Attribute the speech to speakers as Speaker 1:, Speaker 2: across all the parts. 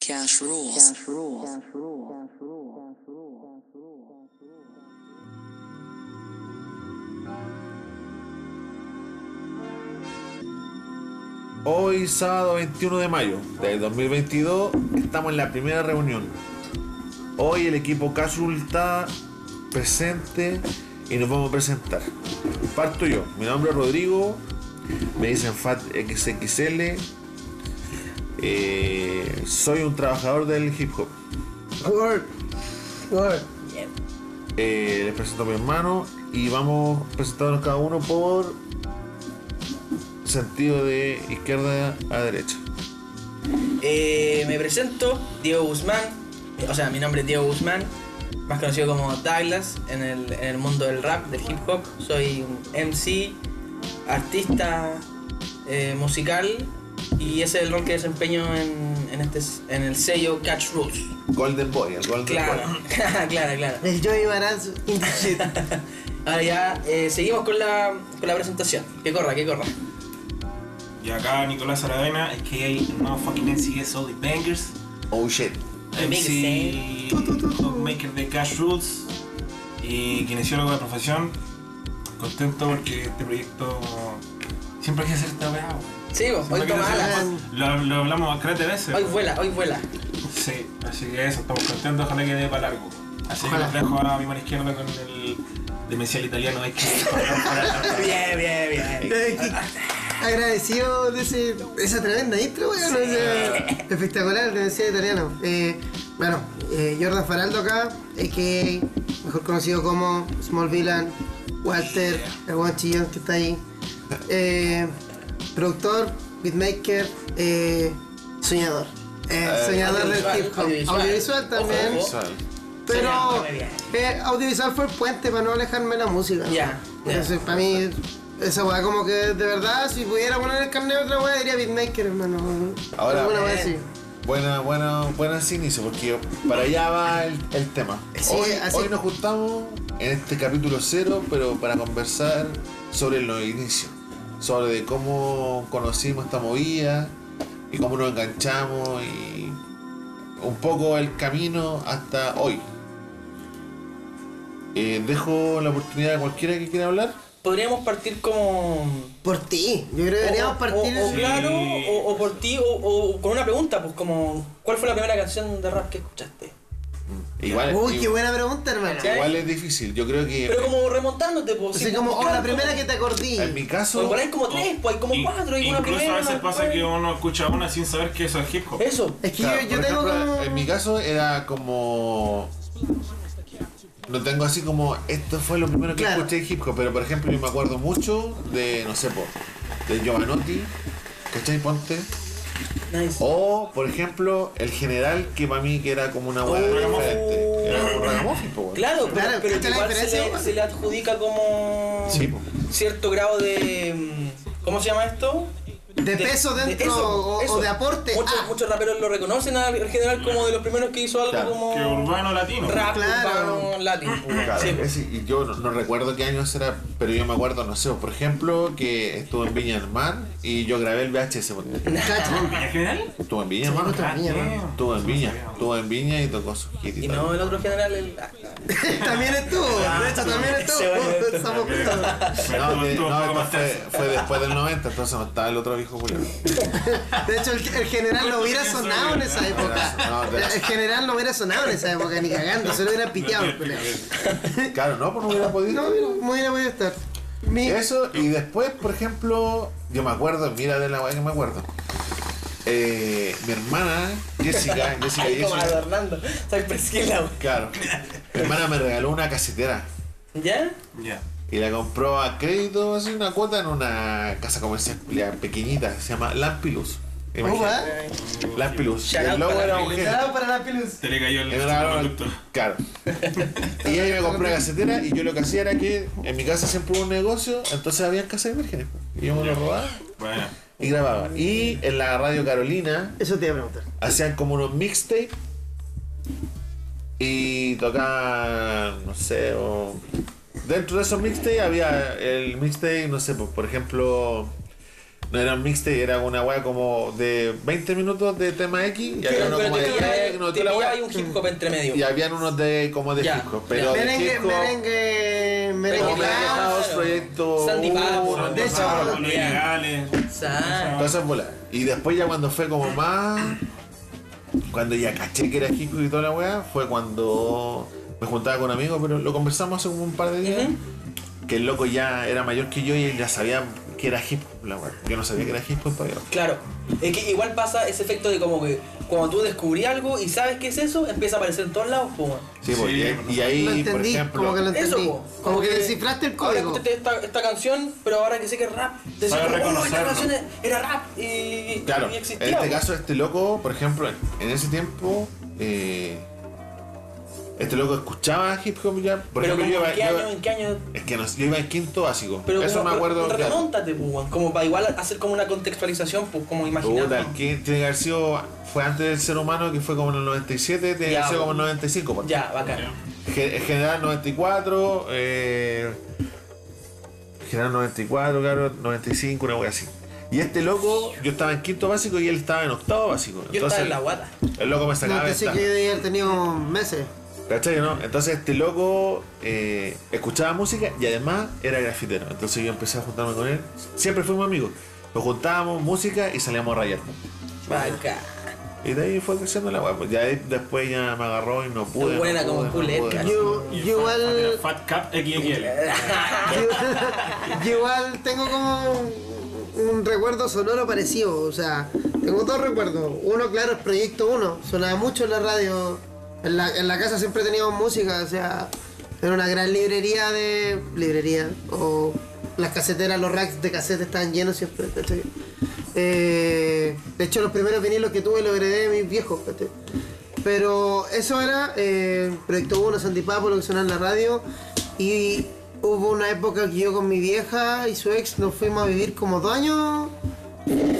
Speaker 1: Cash rules.
Speaker 2: Hoy, sábado 21 de mayo del 2022, estamos en la primera reunión. Hoy el equipo Casual está presente y nos vamos a presentar. Parto yo, mi nombre es Rodrigo, me dicen FatXXL, eh, soy un trabajador del hip hop.
Speaker 3: Word. Word.
Speaker 2: Eh, les presento a mi hermano y vamos presentándonos cada uno por sentido de izquierda a derecha.
Speaker 3: Eh, me presento, Diego Guzmán. O sea, mi nombre es Diego Guzmán, más conocido como Douglas en el, en el mundo del rap, del hip hop. Soy un MC, artista eh, musical y ese es el rol que desempeño en, en este, en el sello Catch Rules.
Speaker 2: Golden Boy, el Golden
Speaker 3: Claro,
Speaker 2: Boy.
Speaker 3: claro, claro.
Speaker 4: El Joey Baranzo.
Speaker 3: Ahora ya eh, seguimos con la, con la presentación. Que corra, que corra.
Speaker 5: Y acá Nicolás Aravena, a.k.a. el motherfucking NCS Solid Bangers.
Speaker 2: Oh shit.
Speaker 3: El Big
Speaker 5: MC, maker de Cash Roots y kinesiólogo de profesión. Contento porque este proyecto siempre hay que hacer esta weá. weón.
Speaker 3: Sí, vos,
Speaker 5: Siempre
Speaker 3: hoy
Speaker 5: hay que
Speaker 3: toma
Speaker 5: hacer
Speaker 3: alas.
Speaker 5: esta- Lo, lo hablamos a de veces.
Speaker 3: Hoy
Speaker 5: weón.
Speaker 3: vuela, hoy vuela.
Speaker 5: Sí, así que eso, estamos contentos, ojalá que dé para largo. Así que
Speaker 4: Ojalá.
Speaker 5: los dejo ahora a mi mano izquierda con el demencial italiano. Hay que
Speaker 3: Bien, bien, bien.
Speaker 4: Agradecido de ese, esa tremenda intro, weón. o sea, espectacular, lo decía italiano. Eh, bueno, eh, Jordan Faraldo acá, a.k.a. mejor conocido como Small Villain, Walter, el buen chillón que está ahí. Eh, productor, beatmaker, eh, soñador. Eh, soñador del
Speaker 3: audiovisual,
Speaker 4: hip hop.
Speaker 3: audiovisual.
Speaker 4: Audiovisual también.
Speaker 3: Ojo, ojo.
Speaker 2: Oh.
Speaker 4: Pero
Speaker 3: Soñador, bien.
Speaker 4: eh, audiovisual fue el puente para no alejarme de la música. ¿no?
Speaker 3: Ya, ya.
Speaker 4: Entonces, para mí, esa weá como que de verdad, si pudiera poner el carnet de otra weá, diría Beatmaker, hermano.
Speaker 2: Ahora-
Speaker 4: Alguna weá
Speaker 3: Eh.
Speaker 4: así.
Speaker 2: Buena, buena, buenas inicio, porque para allá va el, el tema.
Speaker 4: Sí,
Speaker 2: hoy,
Speaker 4: así-
Speaker 2: hoy nos juntamos en este capítulo cero, pero para conversar sobre los inicios, sobre de cómo conocimos esta movida y cómo nos enganchamos y un poco el camino hasta hoy. Eh, dejo la oportunidad a cualquiera que quiera hablar.
Speaker 3: Podríamos partir como.
Speaker 4: Por ti. Yo creo que
Speaker 2: oh,
Speaker 4: deberíamos
Speaker 3: o-
Speaker 4: partir.
Speaker 3: o, o
Speaker 4: así.
Speaker 3: claro, o, o por ti, o, o con una pregunta, pues como. ¿Cuál fue la primera canción de rap que escuchaste?
Speaker 2: Igual,
Speaker 4: Uy, qué
Speaker 2: igual-
Speaker 4: buena pregunta, hermano.
Speaker 3: ¿Sí?
Speaker 2: igual es difícil, yo creo que
Speaker 3: Pero como remontándote, pues.
Speaker 4: Así
Speaker 3: sin
Speaker 4: como, oh,
Speaker 3: buscar,
Speaker 4: la primera que te
Speaker 2: en
Speaker 4: acordí.
Speaker 2: mi caso...
Speaker 3: Pues por ahí como tres, pues hay como cuatro, hay una
Speaker 5: Incluso
Speaker 3: primera.
Speaker 5: a veces
Speaker 3: una
Speaker 5: pasa
Speaker 3: después.
Speaker 5: que uno escucha una sin saber que eso es hip hop.
Speaker 3: Eso.
Speaker 4: Es que
Speaker 2: Claro,
Speaker 4: yo, yo
Speaker 2: por
Speaker 4: tengo
Speaker 2: ejemplo,
Speaker 4: como.
Speaker 2: En mi caso era como. No tengo así como. Esto fue lo primero que
Speaker 4: Claro.
Speaker 2: escuché de hip hop, pero por ejemplo, yo me acuerdo mucho de, no sé, po, de Giovanotti, ¿cachai? Ponte.
Speaker 3: Nice.
Speaker 2: O, por ejemplo, el general que para mí que era como una hueá
Speaker 3: Oh.
Speaker 2: diferente. Era como Ragamuffin, po, weón.
Speaker 3: Claro, pero,
Speaker 4: Claro,
Speaker 3: pero
Speaker 4: ¿cacha la
Speaker 3: igual se
Speaker 4: diferencia,
Speaker 3: le,
Speaker 4: weón?
Speaker 3: se le adjudica como
Speaker 2: Sí, po.
Speaker 3: cierto grado de. mm, ¿Cómo se llama esto?
Speaker 4: De peso dentro o- o de aporte.
Speaker 3: Muchos,
Speaker 4: Ah.
Speaker 3: muchos raperos lo reconocen al al general como de los primeros que hizo algo
Speaker 2: Claro,
Speaker 3: como
Speaker 5: Que urbano latino.
Speaker 3: rap,
Speaker 4: Claro. Ah.
Speaker 3: urbano, latin. pues,
Speaker 2: Claro,
Speaker 3: sí, pues.
Speaker 2: ese- y yo no, no recuerdo qué año será, pero yo me acuerdo, no sé, por ejemplo, que estuve en Viña del Mar y yo grabé el VHS. ponte.
Speaker 4: Cacha.
Speaker 5: ¿En general? Ah,
Speaker 2: Estuve en Viña,
Speaker 4: Sí,
Speaker 2: hermano.
Speaker 4: no te- Viña, ¿no?
Speaker 2: Estuvo en Viña, estuvo en Viña y tocó su hit y
Speaker 3: Y
Speaker 2: tal.
Speaker 3: no el otro general, el. ah,
Speaker 4: también estuvo. De hecho, también
Speaker 3: Se va a ver.
Speaker 4: estuvo. Estamos juntos.
Speaker 2: No,
Speaker 5: Pero
Speaker 2: de-
Speaker 5: tú- tú
Speaker 2: no,
Speaker 5: un
Speaker 2: esto
Speaker 5: poco más
Speaker 2: fue,
Speaker 5: tenso.
Speaker 2: fue después del 90, entonces no estaba el otro viejo Julio.
Speaker 4: De hecho, el, el general no hubiera sonado en esa época. El general no hubiera sonado en esa época, ni cagando. Se lo hubieran piteado el pelado.
Speaker 2: Claro, no, pues no hubiera podido.
Speaker 4: No, mira, no hubiera podido estar. Mi-
Speaker 2: Eso, y después, por ejemplo, yo me acuerdo, mira de la weá que me acuerdo. Eh, mi hermana, Jessica, Jessica
Speaker 3: Ahí como
Speaker 2: Jessica,
Speaker 3: Hernando. Soy presquila, güey.
Speaker 2: claro. Mi hermana me regaló una casetera
Speaker 3: ¿Ya?
Speaker 5: Ya.
Speaker 2: y la compró a crédito, así una cuota en una casa comercial pequeñita, que se llama Lampilus.
Speaker 4: ¿Cómo va?
Speaker 2: Imagínate. Lampilus. Y
Speaker 3: Shout out
Speaker 2: el logo
Speaker 3: para
Speaker 2: era un
Speaker 3: Lampilus.
Speaker 2: genio.
Speaker 4: Salado para ¿eh? la pelus.
Speaker 5: Te le cayó el
Speaker 2: Era una-
Speaker 5: conductor.
Speaker 2: claro. Y ahí me compré la casetera y yo lo que hacía era que en mi casa siempre hubo un negocio, entonces había casas de vírgenes. Y yo me lo robaba
Speaker 5: Bueno.
Speaker 2: y grababa. Y en la radio Carolina
Speaker 4: Eso te iba a preguntar.
Speaker 2: hacían como unos mixtapes y tocaban, no sé, o... Dentro de esos mixtapes había el mixtape, no sé, por, por pues, ejemplo, No era un mixtape, era una weá como de 20 minutos de tema X y había uno
Speaker 3: pero
Speaker 2: como
Speaker 3: te
Speaker 2: de tema
Speaker 3: pillaba-
Speaker 2: X, no, toda
Speaker 3: te
Speaker 2: la
Speaker 3: pillaba
Speaker 2: weá.
Speaker 3: ahí un hip hop entre medio.
Speaker 2: Y habían unos de como de
Speaker 3: Ya,
Speaker 2: hip hop,
Speaker 3: ya.
Speaker 2: pero de
Speaker 4: merengue,
Speaker 2: hip hop.
Speaker 4: merengue, merengue,
Speaker 2: como
Speaker 3: Claro.
Speaker 2: Merengue House, Proyecto
Speaker 3: Sandy Papo.
Speaker 2: uno,
Speaker 4: De hecho,
Speaker 2: Sandy Papo,
Speaker 5: Los ilegales.
Speaker 3: Sa-
Speaker 2: Cosas voladas. Y después ya cuando fue como más. Cuando ya caché que era hip hop y toda la weá, fue cuando me juntaba con amigos, pero lo conversamos hace como un par de días. Que el loco ya era mayor que yo y él ya sabía que era hip hop la weá. Yo no sabía que era hip hop todavía.
Speaker 3: Claro. Es que igual pasa ese efecto de como que cuando tú descubrí algo y sabes qué es eso, empieza a aparecer en todos lados, pues. weón.
Speaker 2: Sí, porque-
Speaker 5: Sí,
Speaker 2: y
Speaker 4: lo
Speaker 2: ahí, por
Speaker 4: entendí,
Speaker 2: ejemplo.
Speaker 4: como que lo
Speaker 3: Eso,
Speaker 4: entendí.
Speaker 3: po.
Speaker 4: como, que, descifraste el
Speaker 3: Ahora
Speaker 4: código.
Speaker 3: escuchaste esta, esta canción, pero ahora que sé que es rap, te
Speaker 5: Para
Speaker 3: esta
Speaker 5: reconocerlo".
Speaker 3: canción era rap y,
Speaker 2: Claro,
Speaker 3: y
Speaker 2: en
Speaker 3: existía.
Speaker 2: este
Speaker 3: po".
Speaker 2: caso este loco, por ejemplo, en ese tiempo, eh, este loco escuchaba hip hop ya. Por
Speaker 3: pero
Speaker 2: ejemplo, yo
Speaker 3: como
Speaker 2: iba,
Speaker 3: ¿en qué
Speaker 2: yo
Speaker 3: año?
Speaker 2: iba-
Speaker 3: ¿En qué año?
Speaker 2: es que no- yo iba en quinto básico.
Speaker 3: Pero
Speaker 2: Eso
Speaker 3: como-
Speaker 2: me acuerdo.
Speaker 3: pero
Speaker 2: claro.
Speaker 3: Remontate, pues, weón. Como para igual hacer como una contextualización, pues, como imaginar.
Speaker 2: Puta, el
Speaker 3: ¿no?
Speaker 2: que- tiene que haber sido, fue antes del ser humano que fue como en el 97, tiene que
Speaker 3: Ya,
Speaker 2: haber sido como
Speaker 3: bueno.
Speaker 2: en el 95. por-
Speaker 3: Ya, bacán.
Speaker 2: Ge- General 94, eh, General 94, claro, 95, una wea así. Y este loco, yo estaba en quinto básico y él estaba en octavo básico.
Speaker 3: Yo estaba en la guata.
Speaker 2: El loco me sacaba
Speaker 4: No, pensé
Speaker 2: ventaja.
Speaker 4: que debía haber tenido meses.
Speaker 2: ¿Cachai, no? Entonces este loco eh, escuchaba música y además era grafitero. Entonces yo empecé a juntarme con él. Siempre fuimos amigos. Nos juntábamos música y salíamos a rayar.
Speaker 3: Bacán.
Speaker 2: Y de ahí fue creciendo la weá. Pues ya ahí después ya me agarró y no pude. no
Speaker 3: buena
Speaker 2: pude,
Speaker 3: como
Speaker 2: no
Speaker 3: culé,
Speaker 2: pude.
Speaker 3: cacho.
Speaker 4: Yo, yo igual,
Speaker 5: Fat Cap XXL.
Speaker 4: yo- yo igual tengo como un- un recuerdo sonoro parecido. O sea, tengo dos recuerdos. Uno, claro, es Proyecto 1. Sonaba mucho en la radio. En la, en la casa siempre teníamos música. O sea, era una gran librería de. Librería. O las caseteras, los racks de casete estaban llenos siempre. ¿cachai? Eh, de hecho, los primeros vinilos que tuve los heredé de mis viejos. ¿cachai? Pero eso era eh, Proyecto 1, Santi Papo, lo que sonaba en la radio. Y hubo una época que yo con mi vieja y su ex nos fuimos a vivir como dos años.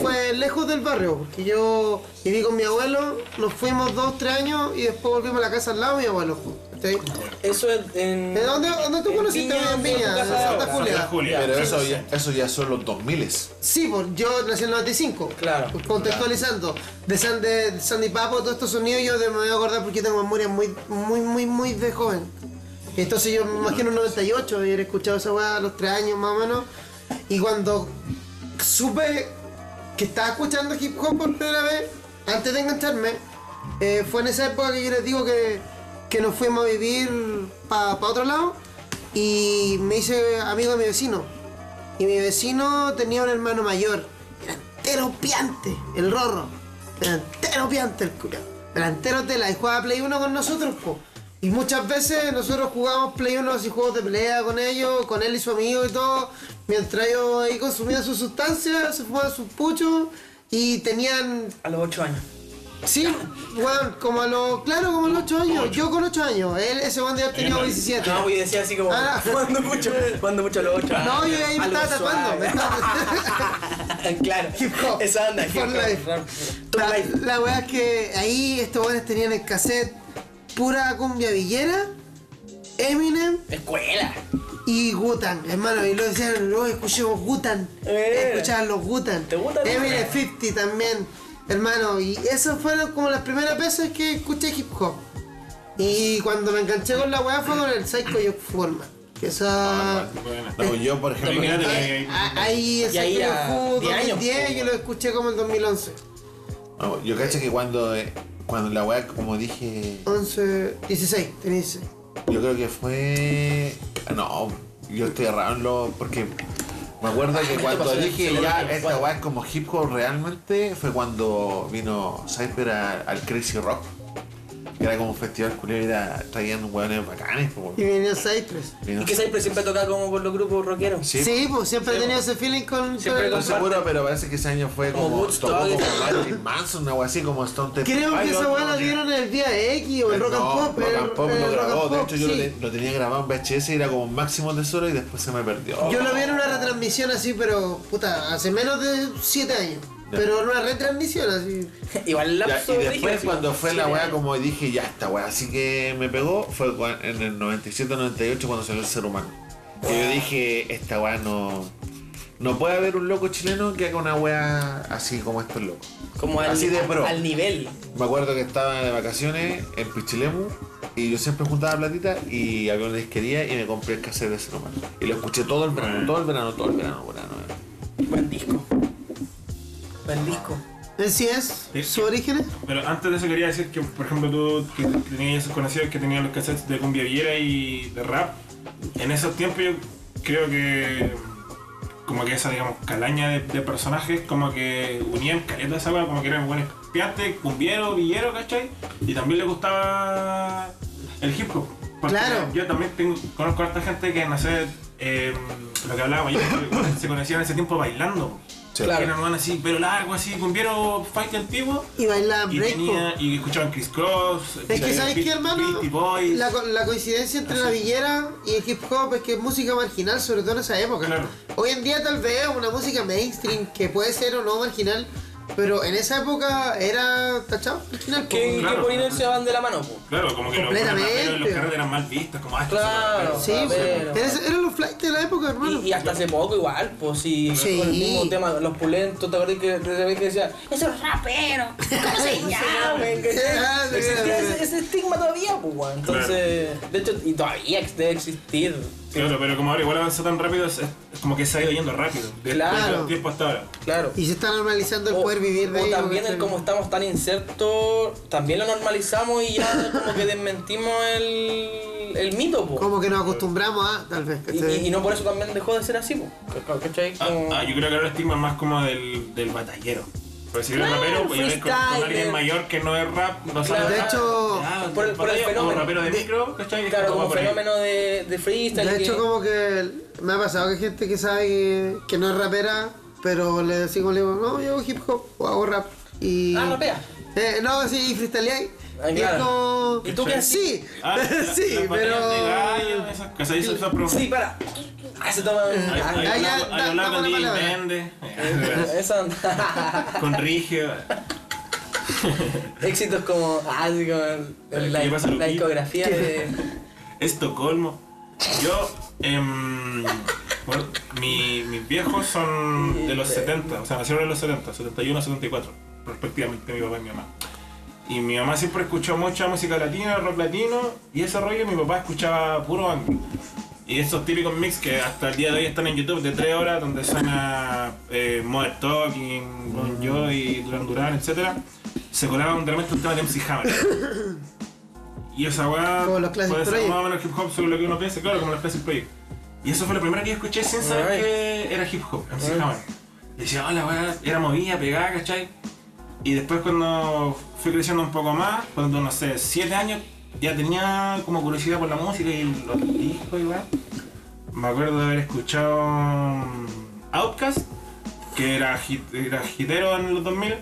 Speaker 4: Fue lejos del barrio, porque yo viví con mi abuelo, nos fuimos dos, tres años y después volvimos a la casa al lado de mi abuelo. ¿cachai?
Speaker 3: Eso es en.
Speaker 4: ¿De dónde, dónde tú
Speaker 3: en
Speaker 4: conociste a mi
Speaker 3: en tu
Speaker 4: Viña?
Speaker 3: casa de
Speaker 4: Santa
Speaker 3: ahora.
Speaker 5: Santa
Speaker 4: Julia.
Speaker 5: Julia.
Speaker 2: Pero
Speaker 3: Ya,
Speaker 2: eso
Speaker 3: sí.
Speaker 2: ya, eso ya son los 2000
Speaker 4: Sí, pues yo nací en el 95.
Speaker 3: Claro.
Speaker 4: Pues, Contextualizando. De, San, de, de Sandy Papo, todos estos sonidos, yo de- me voy a acordar porque tengo memoria muy, muy, muy, muy de joven. Entonces yo me imagino en 98 haber escuchado esa weá a los 3 años más o menos. Y cuando supe que estaba escuchando hip hop por primera vez, antes de engancharme, eh, fue en esa época que yo les digo que, que nos fuimos a vivir para otro lado y me hice amigo de mi vecino. Y mi vecino tenía un hermano mayor, era entero piante, el rorro, era entero piante el cura, era entero tela y jugaba Play 1 con nosotros, po. Y muchas veces nosotros jugábamos Play 1 así juegos de pelea con ellos, con él y su amigo y todo, mientras ellos ahí consumían sus sustancias, se fumaban sus puchos y tenían
Speaker 3: A los 8 años.
Speaker 4: Sí, weón, como a los. Claro, como a los 8 años. Yo con 8 años. Él, ese weón debe haber tenido 17.
Speaker 3: No, yo decía así como.
Speaker 4: Ah.
Speaker 3: Cuando mucho, cuando mucho a los 8 años.
Speaker 4: No, yo ahí me
Speaker 3: Algo
Speaker 4: estaba tatuando. Me
Speaker 3: suave.
Speaker 4: estaba...
Speaker 3: claro.
Speaker 4: Hip hop.
Speaker 3: Esa onda,
Speaker 4: For life.
Speaker 3: Top
Speaker 4: la,
Speaker 3: life.
Speaker 4: la weá es que ahí estos weones tenían el cassette pura cumbia villera, Eminem
Speaker 3: Escuela.
Speaker 4: y Gutan, hermano. Y luego decían, no, escuchemos Gutan.
Speaker 3: Eh.
Speaker 4: Escuchaban los Gutan.
Speaker 3: ¿Te gusta?
Speaker 4: Eminem 50 también, hermano. Y esas fueron como las primeras veces que escuché hip hop. Y cuando me enganché con la weá fue con el Psycho Yo Forma. Que esa.
Speaker 2: No, yo, por ejemplo,
Speaker 5: Pero mira,
Speaker 4: Ahí- Ahí el
Speaker 3: Ah, Y ahí
Speaker 4: Psycho Yo
Speaker 3: a
Speaker 4: Fu
Speaker 3: 10 años,
Speaker 4: 2010
Speaker 3: po,
Speaker 4: yo lo escuché como en 2011.
Speaker 2: no, yo cacho que cuando, eh, cuando la weá, como dije,
Speaker 4: 11, 16, tenía 16.
Speaker 2: yo creo que fue. No, yo estoy errado en lo- porque me acuerdo que cuando
Speaker 3: Ah, pasó en el
Speaker 2: dije
Speaker 3: siglo
Speaker 2: ya
Speaker 3: XXI.
Speaker 2: esta weá es como hip hop realmente fue cuando vino Cypher a- al Crazy Rock. Que era como un festival culero y era- traían weones bacanes. po,
Speaker 4: Y
Speaker 2: weón.
Speaker 4: venía Cypress.
Speaker 2: Vino-
Speaker 3: Y que siempre siempre tocaba como con los grupos rockeros.
Speaker 2: Sí,
Speaker 4: Sí, pues siempre he
Speaker 3: Sí,
Speaker 4: tenido
Speaker 3: po.
Speaker 4: ese feeling con.
Speaker 3: Siempre
Speaker 4: con-
Speaker 2: No estoy seguro, pero parece que ese año fue
Speaker 3: Como
Speaker 2: como. Tocó
Speaker 3: Woodstock.
Speaker 2: como Marilyn Manson, una wea así, como Stone Temple
Speaker 4: Creo que
Speaker 2: Pilots,
Speaker 4: esa weá la
Speaker 2: no,
Speaker 4: dieron en el día X o en Rock
Speaker 2: No,
Speaker 4: and Pop.
Speaker 2: Rock
Speaker 4: el-
Speaker 2: and Pop
Speaker 4: el
Speaker 2: lo
Speaker 4: Rock and
Speaker 2: grabó. De
Speaker 4: Pop,
Speaker 2: hecho, yo lo,
Speaker 4: sí.
Speaker 2: te- lo tenía grabado en VHS y era como máximo tesoro y después se me perdió.
Speaker 4: Yo lo vi en una retransmisión así, pero puta, hace menos de 7 años.
Speaker 2: Ya.
Speaker 4: Pero en una retransmisión así.
Speaker 3: Igual el
Speaker 2: Ya,
Speaker 3: lapso.
Speaker 2: y
Speaker 3: brígido,
Speaker 2: después
Speaker 3: así,
Speaker 2: cuando fue la
Speaker 3: siete
Speaker 2: weá
Speaker 3: años.
Speaker 2: como dije, ya esta weá, así que me pegó, fue cua- en el 97-98 cuando salió el ser humano. Y yo dije, esta weá no, No puede haber un loco chileno que haga una wea así como estos locos.
Speaker 3: Como al,
Speaker 2: Así de pro.
Speaker 3: al nivel.
Speaker 2: Me acuerdo que estaba de vacaciones en Pichilemu y yo siempre juntaba platita y había una disquería y me compré el cassette de ese nomás. Y lo escuché todo el verano, todo el verano, todo el verano, verano. verano.
Speaker 3: Buen disco. Buen disco.
Speaker 4: ¿En sí es?
Speaker 5: Sí.
Speaker 4: ¿Su origen?
Speaker 5: Pero antes de eso quería decir que, por ejemplo, tú que tenías esos conocidos que tenían los cassettes de cumbia villera y de rap, en esos tiempos yo creo que como que esa, digamos, calaña de, de personajes como que unían caleta esa weá, como que eran buenos piantes, cumbieros, villeros, ¿cachai? Y también les gustaba el hip hop. Porque
Speaker 4: Claro.
Speaker 5: Yo también tengo, conozco a harta gente que, no sé, eh, lo que hablábamos, yo, que se conocían en ese tiempo bailando.
Speaker 2: Sí.
Speaker 3: Claro.
Speaker 5: Eran weón, así, pero largo, así, cumbieros, fight antiguo.
Speaker 4: Y bailaba
Speaker 5: Y,
Speaker 4: break. po.
Speaker 5: tenía, y escuchaban Chris Cross.
Speaker 4: Es que,
Speaker 5: eh,
Speaker 4: ¿sabes
Speaker 5: Beat-
Speaker 4: qué, hermano?
Speaker 5: Beastie Boys. Ah,
Speaker 4: La, co- la coincidencia entre la villera y el hip hop es que es música marginal, sobre todo en esa época.
Speaker 5: Claro.
Speaker 4: Hoy en día tal vez es una música mainstream que puede ser o no marginal, pero en esa época era tachado marginal.
Speaker 3: Que,
Speaker 5: Claro.
Speaker 3: que por inercia van de la mano, po.
Speaker 5: Claro, como que los
Speaker 4: Completamente.
Speaker 5: raperos, los carros eran mal vistos, como ah, estos son
Speaker 3: Claro.
Speaker 5: raperos.
Speaker 4: po. Sí, po.
Speaker 3: Pero-
Speaker 4: Era ese- eran los flights de la época, hermano.
Speaker 3: Y, y hasta hace poco igual, pues sí,
Speaker 4: Sí.
Speaker 3: con el mismo tema, los pulentos, ¿te acuerdas que, te acuerdas que decía, esos raperos, ¿cómo se llaman?
Speaker 4: Ah, sí,
Speaker 3: Existía
Speaker 4: sí, sí.
Speaker 3: ese, ese estigma todavía, pues, weón. Entonces, de hecho, y todavía ex- debe existir.
Speaker 5: Claro, pero como ahora igual avanzó tan rápido, es, es como que se ha ido yendo rápido. Desde
Speaker 3: Claro.
Speaker 5: el tiempo hasta ahora.
Speaker 3: Claro.
Speaker 4: Y se está normalizando el
Speaker 3: O-
Speaker 4: poder vivir de
Speaker 3: o
Speaker 4: ello,
Speaker 3: también el
Speaker 4: ¿cachai?
Speaker 3: cómo estamos tan insertos, también lo normalizamos y ya como que desmentimos el, el mito, pues.
Speaker 4: Como que nos acostumbramos a, tal vez.
Speaker 3: Y,
Speaker 4: ¿cachai?
Speaker 3: y- y no por eso también dejó de ser así, pues. ¿Cachai?
Speaker 5: Ah,
Speaker 3: Como-
Speaker 5: ah, yo creo que ahora el estigma es más como del, del batallero. Porque si eres
Speaker 3: Claro,
Speaker 5: rapero, pues ya ves con, con alguien
Speaker 3: freestyler.
Speaker 5: mayor que no es rap, no sabe
Speaker 3: Claro.
Speaker 5: rap.
Speaker 4: De hecho,
Speaker 5: Ah,
Speaker 3: Por el- por el
Speaker 5: batalla,
Speaker 3: fenómeno.
Speaker 5: Como rapero de micro, ¿cachai?
Speaker 3: Claro,
Speaker 5: Como
Speaker 3: como
Speaker 5: por ahí.
Speaker 3: fenómeno de, de freestyle.
Speaker 4: De
Speaker 3: que-
Speaker 4: hecho, como que me ha pasado que gente que sabe que, que no es rapera, pero le decimos, le digo, no, yo hago hip hop o hago rap. Y,
Speaker 3: Ah, rapea.
Speaker 4: Eh, no, sí, y freestyleáis.
Speaker 3: Ah,
Speaker 4: Y
Speaker 3: claro.
Speaker 4: es como...
Speaker 3: ¿Y tú qué haces?
Speaker 4: Sí,
Speaker 5: Ah, la-
Speaker 4: sí,
Speaker 5: las
Speaker 4: pero...
Speaker 5: batallas de gallo, esas cosas, esas- esas preguntas.
Speaker 3: Sí, para. Ah, se toma.
Speaker 5: Ahí-
Speaker 3: Ah,
Speaker 5: ahí
Speaker 4: Ah, ya,
Speaker 5: hablaba- ahí
Speaker 4: da-
Speaker 5: hablaba
Speaker 4: dame
Speaker 5: con
Speaker 4: la
Speaker 5: DJ
Speaker 4: palabra.
Speaker 5: Mende.
Speaker 3: Eso.
Speaker 5: con Rigio.
Speaker 3: Éxitos como. Ah, sí, como el- el- la,
Speaker 5: ¿Qué pasa,
Speaker 3: la
Speaker 5: Luqui?
Speaker 3: discografía de.
Speaker 5: Estocolmo. Yo, em, bueno, mi- mis viejos son de los 70, o sea, nacieron en los 70, 71, 74, respectivamente, mi papá y mi mamá. Y mi mamá siempre escuchó mucha música latina, rock latino, y ese rollo mi papá escuchaba puro anglo. Y esos típicos mix que hasta el día de hoy están en YouTube de 3 horas, donde suena eh, Modern Talking, Bon Jovi, Duran Duran, etc. Se colaban de repente un tema de MC Hammer. Y esa weá.
Speaker 4: Como los Classic
Speaker 5: puede ser
Speaker 4: Project.
Speaker 5: Más o menos hip hop sobre lo que uno piensa, claro, como los Classic Project. Y eso fue lo primero que yo escuché sin saber
Speaker 3: Alright.
Speaker 5: que era hip hop, MC
Speaker 3: Alright.
Speaker 5: Hammer. Y decía, hola weá, era movida, pegada, ¿cachai? Y después cuando fui creciendo un poco más, cuando no sé, 7 años, ya tenía como curiosidad por la música y los discos igual. Me acuerdo de haber escuchado mm, Outcast, que era, hit- era hitero en los 2000.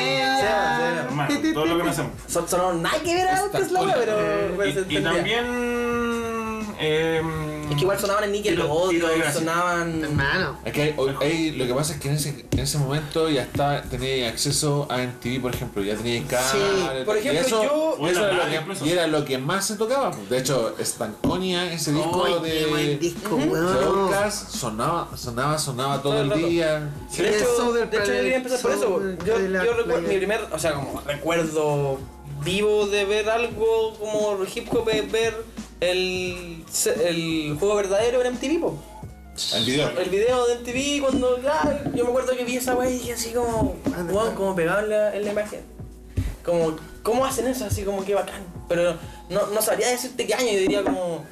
Speaker 5: Hermano, todo lo que conocemos.
Speaker 3: Son, son nada que ver a lo que es la wea, pero. pero se
Speaker 5: Y, y
Speaker 3: entendía.
Speaker 5: también... em,
Speaker 3: Es que igual sonaban en Nickel
Speaker 5: Tiro-
Speaker 3: los
Speaker 5: tiro de
Speaker 3: otros,
Speaker 5: gracia.
Speaker 3: sonaban.
Speaker 4: Hermano.
Speaker 2: Es que hay- hoy- hay- lo que pasa es que en ese, en ese momento ya está, tenía acceso a MTV, por ejemplo, ya tenía cable,
Speaker 3: Sí, por
Speaker 2: y
Speaker 3: ejemplo,
Speaker 2: eso-
Speaker 3: yo-
Speaker 2: y eso
Speaker 5: Bueno,
Speaker 2: era,
Speaker 5: nada,
Speaker 2: lo
Speaker 5: incluso.
Speaker 2: que, y era lo que más se tocaba. pues. De hecho, Stanconia, ese disco
Speaker 4: Ay, qué buen
Speaker 2: de,
Speaker 4: disco,
Speaker 2: de
Speaker 4: weón.
Speaker 2: Outkast, sonaba, sonaba, sonaba todo
Speaker 3: Todo el
Speaker 2: el
Speaker 3: rato.
Speaker 2: día.
Speaker 3: De
Speaker 4: El
Speaker 3: hecho,
Speaker 4: soul
Speaker 3: de
Speaker 4: del
Speaker 3: hecho yo
Speaker 4: planeta,
Speaker 3: quería empezar por
Speaker 4: soul
Speaker 3: eso.
Speaker 4: del
Speaker 3: Yo,
Speaker 4: planeta,
Speaker 3: yo recuerdo
Speaker 4: planeta.
Speaker 3: mi primer, o sea, como recuerdo vivo de ver algo como hip hop es ver el, el juego verdadero en MTV, po.
Speaker 2: El video.
Speaker 3: El video de MTV cuando ya, yo me acuerdo que vi esa wey y dije así como,
Speaker 4: Ah,
Speaker 3: wow, como pegado en la, en la imagen. Como, ¿cómo hacen eso? Así como que bacán. Pero no, no sabría decirte qué año, yo diría como,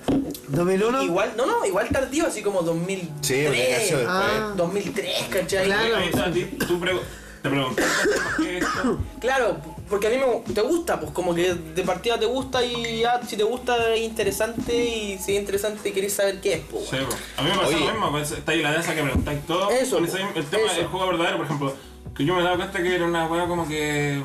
Speaker 4: 2001.
Speaker 3: igual, no, no, igual tardío, así como 2003.
Speaker 2: Sí, porque nació después.
Speaker 4: Ah.
Speaker 3: 2003, ¿cachai?
Speaker 4: Claro.
Speaker 5: Ahí está, ti- tú pregu- te preguntaste por qué esto.
Speaker 3: Claro, porque a mí me, te gusta, pues como que de partida te gusta y ya si te gusta es interesante y si es interesante y querés saber qué es, pues.
Speaker 5: Sí, po. a mí me pasa
Speaker 2: Oye.
Speaker 5: lo mismo, pues, está ahí la danza que preguntáis todo.
Speaker 3: Eso,
Speaker 5: Con ese- el tema
Speaker 3: eso.
Speaker 5: del juego verdadero, por ejemplo, que yo me he dado cuenta que era una weá como que.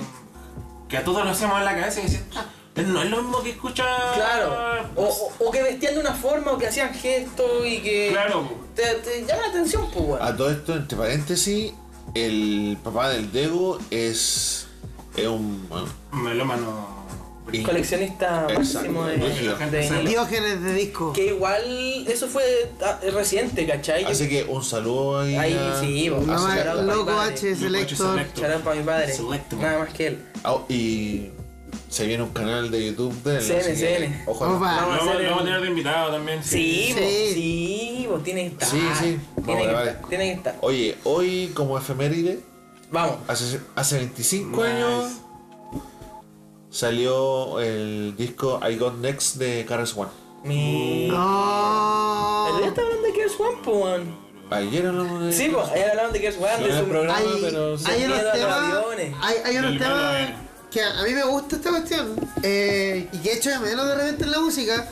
Speaker 5: que a todos lo hacíamos en la cabeza y decías, "Ah, no es lo mismo que escuchar.
Speaker 3: Claro. O, eh. o- o que vestían de una forma o que hacían gestos y que
Speaker 5: Claro. pues,
Speaker 3: te, te llama la atención, pues weón.
Speaker 2: A todo esto, entre paréntesis, el papá del Dego es, es un. bueno,
Speaker 5: Melómano.
Speaker 2: Y-
Speaker 3: Coleccionista
Speaker 2: Exacto.
Speaker 3: máximo de,
Speaker 2: Rígido.
Speaker 3: de vinilo.
Speaker 4: Diógenes de disco.
Speaker 3: Que igual, eso fue ah, reciente, ¿cachai?
Speaker 2: Así que un saludo ahí.
Speaker 3: Ahí
Speaker 2: a-
Speaker 3: sí, vos.
Speaker 4: Lo
Speaker 2: Ah,
Speaker 4: más-
Speaker 2: sí.
Speaker 3: Shout out para mi
Speaker 4: loco
Speaker 3: padre.
Speaker 4: H Selector.
Speaker 5: Loco H
Speaker 3: Shout out para mi padre.
Speaker 5: Selecto.
Speaker 3: Nada más que él.
Speaker 2: Ah, y se viene un canal de YouTube de él.
Speaker 3: CN,
Speaker 2: así que,
Speaker 3: CN.
Speaker 2: Ojalá.
Speaker 4: Opa.
Speaker 5: Lo
Speaker 3: Vamos a
Speaker 5: vamos,
Speaker 3: hacer
Speaker 5: lo vamos a
Speaker 3: el-
Speaker 5: tener de invitado también.
Speaker 3: Sí,
Speaker 4: Sí.
Speaker 3: vos, sí, vos, tiene que estar.
Speaker 2: Sí, sí.
Speaker 3: Tiene,
Speaker 2: Vamos,
Speaker 3: que
Speaker 2: vale.
Speaker 3: estar, tiene que estar.
Speaker 2: Oye, hoy como efeméride,
Speaker 3: Vamos.
Speaker 2: hace, hace 25
Speaker 5: Nice.
Speaker 2: años salió el disco I Got Next de Carres One.
Speaker 3: Mi.
Speaker 5: Ah.
Speaker 4: No.
Speaker 3: ¿El día está hablando de Gears One, po, weón?
Speaker 2: Ayer hablamos de...
Speaker 3: Sí, pues, ayer hablaban de Gears One,
Speaker 2: No
Speaker 3: de
Speaker 2: era el
Speaker 3: su.
Speaker 2: programa,
Speaker 4: Hay,
Speaker 2: pero... sí.
Speaker 4: hay
Speaker 3: miedo
Speaker 4: unos
Speaker 3: a los
Speaker 4: temas,
Speaker 3: aviones.
Speaker 4: hay, hay unos
Speaker 5: Del
Speaker 4: temas
Speaker 5: miedo
Speaker 4: que a a mí me gusta esta cuestión eh, y que echo de menos de repente en la música.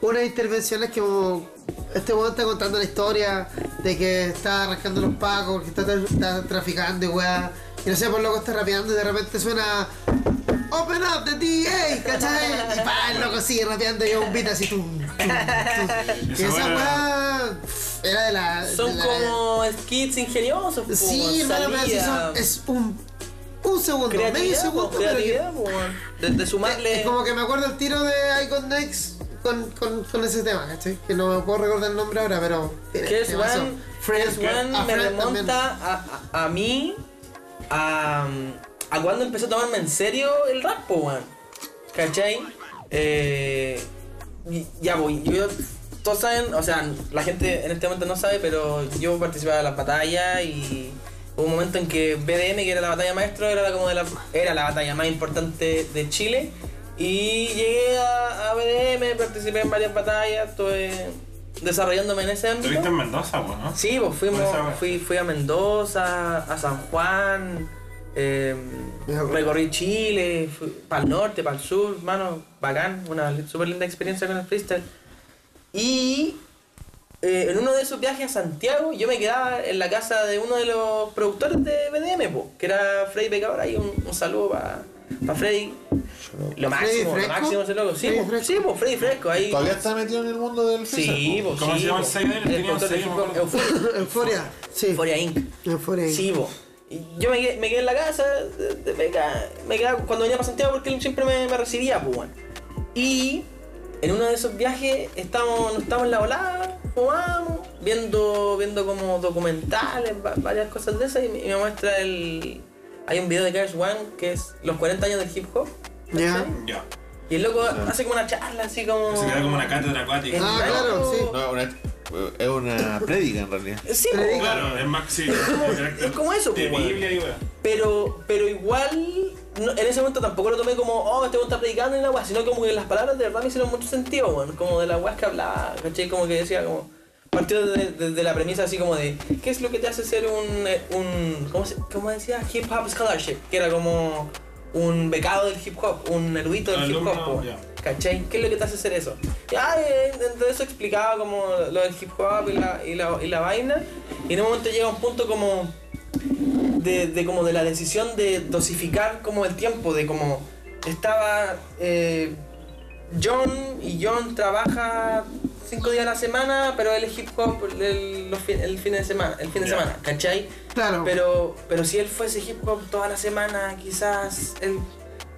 Speaker 4: Unas intervenciones que como este weón está contando la historia de que está rascando los pacos, que está, tra- está traficando y weá. Y no sé, por loco está rapeando y de repente suena Open up the DA, ¿cachai? Y pa, el loco sigue rapeando y es un beat así. Tum, tum, tum. Y
Speaker 5: Esa
Speaker 4: esa
Speaker 5: weá-
Speaker 4: weá pff, era de la.
Speaker 3: Son
Speaker 4: de la-
Speaker 3: como skits ingeniosos, po,
Speaker 4: Sí,
Speaker 3: weón,
Speaker 4: hermano, pero si
Speaker 3: salida,
Speaker 4: son- es un, un segundo, medio
Speaker 3: Creatividad, po,
Speaker 4: segundo, pero que-
Speaker 3: creatividad, po, weón. De, de
Speaker 4: es,
Speaker 3: sumarle.
Speaker 4: como que me acuerdo el tiro de Icon Next con, con, con ese tema, ¿cachai? Que no me puedo recordar el nombre ahora, pero. tiene
Speaker 3: Gears
Speaker 4: temazo. Ah,
Speaker 3: One,
Speaker 4: Friends,
Speaker 3: Gears One
Speaker 4: a
Speaker 3: me
Speaker 4: Friends también.
Speaker 3: remonta a, a, a mí, a, a cuando empecé a tomarme en serio el rap, po, weón. ¿Cachai? Eh, y- ya voy, yo, todos saben, o sea, la gente en este momento no sabe, pero yo participaba de las batallas y hubo un momento en que BDM, que era la batalla maestro, era la- como de la, era la batalla más importante de Chile. Y llegué a, a BDM, participé en varias batallas, estuve desarrollándome en ese ámbito.
Speaker 5: Estuviste en Mendoza, pues, ¿no?
Speaker 3: Sí, pues fuimos,
Speaker 5: Buena esa wea.
Speaker 3: fui, fui a Mendoza, a San Juan, eh,
Speaker 4: Ya, bueno.
Speaker 3: recorrí Chile, para el norte, para el sur, hermano, bacán, una súper linda experiencia con el freestyle. Y eh, en uno de esos viajes a Santiago, yo me quedaba en la casa de uno de los productores de BDM, po, que era Freddy Pecador, ahí un, un saludo para Freddy. Lo máximo, lo
Speaker 4: Fresco?
Speaker 3: máximo ese loco. Sí,
Speaker 4: ¿Freddy
Speaker 3: po,
Speaker 4: Fresco?
Speaker 3: sí, po, Freddy Fresco, ahí.
Speaker 2: ¿Todavía está metido en el mundo del
Speaker 3: pues. Sí, pues. po,
Speaker 5: ¿Cómo
Speaker 3: sí,
Speaker 5: se llama el
Speaker 3: po.
Speaker 5: sello de él? Tenía un
Speaker 3: productor de
Speaker 5: sello,
Speaker 3: hip
Speaker 5: me
Speaker 3: hop,
Speaker 5: acuerdo.
Speaker 3: Euphoria.
Speaker 4: Euforia, sí.
Speaker 3: Euphoria Inc.
Speaker 4: Euforia.
Speaker 3: Sí, bo. Y Yo me quedé, me quedé en la casa, de- de- me quedaba, me quedaba cuando venía para Santiago porque él siempre me, me recibía, pues, weón. Y en uno de esos viajes estamos, nos estamos en la volada, fumamos, viendo, viendo como documentales, va- varias cosas de esas, y me, y me muestra el. Hay un video de Cash One que es los 40 años del hip hop.
Speaker 4: Ya.
Speaker 3: ¿cachai?
Speaker 5: Ya.
Speaker 3: Y el loco hace como una charla, así como.
Speaker 5: Se queda como una cátedra acuática.
Speaker 3: en
Speaker 4: Ah, claro.
Speaker 3: algo-
Speaker 4: sí.
Speaker 2: No, es una- es una prédica en realidad.
Speaker 3: Sí, po,
Speaker 4: Predica.
Speaker 5: Claro, es maxi.
Speaker 3: Es como eso,
Speaker 5: De
Speaker 3: pues,
Speaker 5: Biblia y weón.
Speaker 3: Pero, pero igual, no- en ese momento tampoco lo tomé como, oh, este weón está predicando en la weá, sino como que las palabras de verdad me hicieron mucho sentido, weón. Como de la weá que hablaba, ¿cachai? Como que decía, como. Partido desde de, de la premisa así como de, ¿qué es lo que te hace ser un. eh, un ¿cómo, se- cómo decía? Hip Hop Scholarship, que era como un becado del hip hop, un erudito del
Speaker 5: Alumno,
Speaker 3: hip hop, po,
Speaker 5: ya.
Speaker 3: ¿cachai? ¿Qué es lo que te hace hacer eso? Ya, eh, dentro de eso explicaba como lo del hip hop y la, y la, y la vaina, y en un momento llega un punto como de, de como de la decisión de dosificar como el tiempo, de como estaba eh, John y John trabaja cinco días a la semana, pero él es hip hop el, los fin- el fin de semana, el fin de
Speaker 5: Ya.
Speaker 3: semana, ¿cachai?
Speaker 4: Claro.
Speaker 3: Pero, pero si él fuese hip hop toda la semana, quizás él,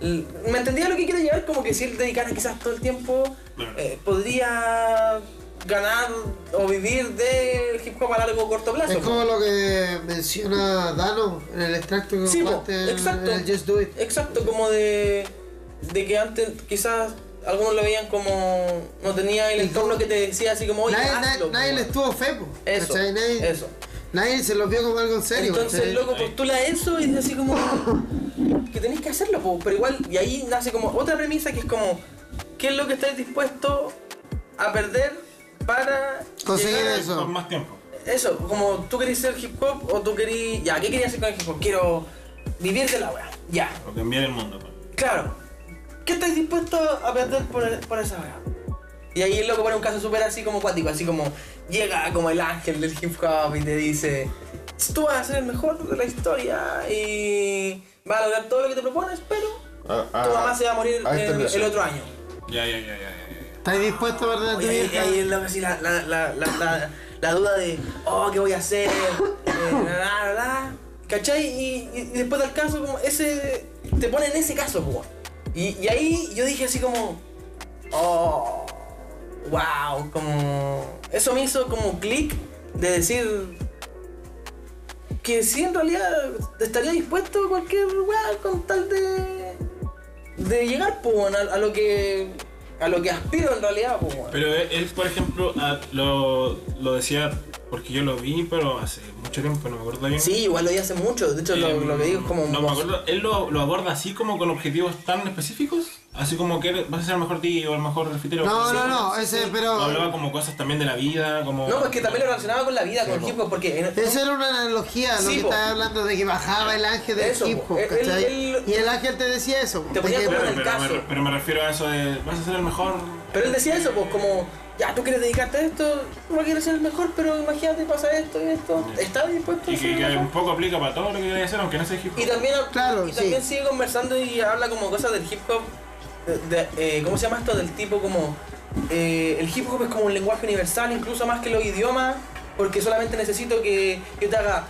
Speaker 3: l- ¿Me entendía lo que quiero llevar? Como que si él dedicara quizás todo el tiempo,
Speaker 5: Claro.
Speaker 3: eh, podría ganar o vivir del hip hop a largo o corto plazo.
Speaker 4: es como lo que menciona Dano en el extracto que
Speaker 3: Sí, po,
Speaker 4: comparten
Speaker 3: exacto.
Speaker 4: en el Just Do It.
Speaker 3: Exacto, como de, de que antes quizás algunos lo veían como no tenía el
Speaker 4: Y
Speaker 3: entorno
Speaker 4: como-
Speaker 3: que te decía así como, oye,
Speaker 4: nadie nadie-
Speaker 3: hazlo,
Speaker 4: nadie
Speaker 3: po,
Speaker 4: le
Speaker 3: weón".
Speaker 4: estuvo fe, po,
Speaker 3: Eso,
Speaker 4: ¿cachai? Nadie,
Speaker 3: eso.
Speaker 4: nadie se los vio como algo en serio.
Speaker 3: Entonces
Speaker 4: ¿cachai?
Speaker 3: el loco postula eso y dice así como que tenéis que hacerlo, po, pero igual, y ahí nace como otra premisa que es como, ¿qué es lo que estáis dispuesto a perder para
Speaker 4: Conseguir
Speaker 3: llegar a-
Speaker 4: eso.
Speaker 5: Por más tiempo.
Speaker 3: Eso, como tú querís ser hip hop o tú querís, ya, ¿qué querías hacer con el hip hop? Quiero vivir de la weá, ya,
Speaker 5: O cambiar el mundo, pues.
Speaker 3: Claro. ¿Qué estáis dispuestos a perder por, e-, por esa weá? Y ahí el loco pone un caso súper así como cuático, así como llega como el ángel del hip hop y te dice, tú vas a ser el mejor de la historia y vas a lograr todo lo que te propones, pero
Speaker 2: Ah, ah,
Speaker 3: tu mamá se va a morir
Speaker 2: ah,
Speaker 3: el,
Speaker 2: entendió, sí.
Speaker 3: el otro año.
Speaker 5: Ya, ya, ya, ya, ya.
Speaker 4: ¿Estás dispuesto a perder a tu
Speaker 3: Y ahí,
Speaker 4: vieja?
Speaker 3: ahí el loco así la, la, la, la, la- la duda de, oh, ¿qué voy a hacer? Eh, la, la, la, la. ¿Cachai? Y, y- y después del caso, como ese, te pone en ese caso, pues. Y, y ahí yo dije así como, oh, wow, como... Eso me hizo como clic de decir que sí en realidad estaría dispuesto a cualquier weá con tal de... De llegar, pues, weón, a, a lo que... A lo que aspiro en realidad, pues, weón.
Speaker 5: Pero e, él, él, por ejemplo, a- lo, lo decía porque yo lo vi, pero hace mucho tiempo, no me acuerdo bien.
Speaker 3: Sí, igual lo di hace mucho. De hecho, lo,
Speaker 5: Em,
Speaker 3: lo que digo es como.
Speaker 5: No me acuerdo. Él lo, lo aborda así como con objetivos tan específicos. Así como que eres- vas a ser el mejor tío o el mejor refitero.
Speaker 4: No,
Speaker 5: Sí.
Speaker 4: no, no, ese,
Speaker 5: Lo Hablaba
Speaker 4: pero.
Speaker 5: como cosas también de la vida, como...
Speaker 3: No, pues que también lo relacionaba con la vida, con el hip hop, porque. en-
Speaker 4: Esa era una analogía, lo
Speaker 3: Sí,
Speaker 4: que
Speaker 3: po.
Speaker 4: estaba hablando de que bajaba el ángel del
Speaker 3: Eso, po.
Speaker 4: hip hop,
Speaker 3: Él-
Speaker 4: ¿cachai?
Speaker 3: él-
Speaker 4: Y el ángel te decía eso. po,
Speaker 3: Te
Speaker 4: de
Speaker 3: ponía
Speaker 4: que-
Speaker 3: como
Speaker 5: Claro,
Speaker 3: en el
Speaker 5: pero,
Speaker 3: caso.
Speaker 5: me, pero me refiero a eso de... Vas a ser el mejor...
Speaker 3: Pero él decía eso, pues como. Ya, tú quieres dedicarte a esto, no quieres ser el mejor, pero imagínate, pasa esto y esto. ¿Estás dispuesto a
Speaker 5: Y
Speaker 3: ser
Speaker 5: que,
Speaker 3: el
Speaker 5: que
Speaker 3: mejor?
Speaker 5: un poco aplica para todo lo que quería hacer, aunque no sea hip hop.
Speaker 3: Y también,
Speaker 4: Claro,
Speaker 3: y también
Speaker 4: sí.
Speaker 3: sigue conversando y habla como cosas del hip hop. de- de, eh, ¿Cómo se llama esto? Del tipo como. eh, el hip hop es como un lenguaje universal, incluso más que los idiomas, porque solamente necesito que yo te haga.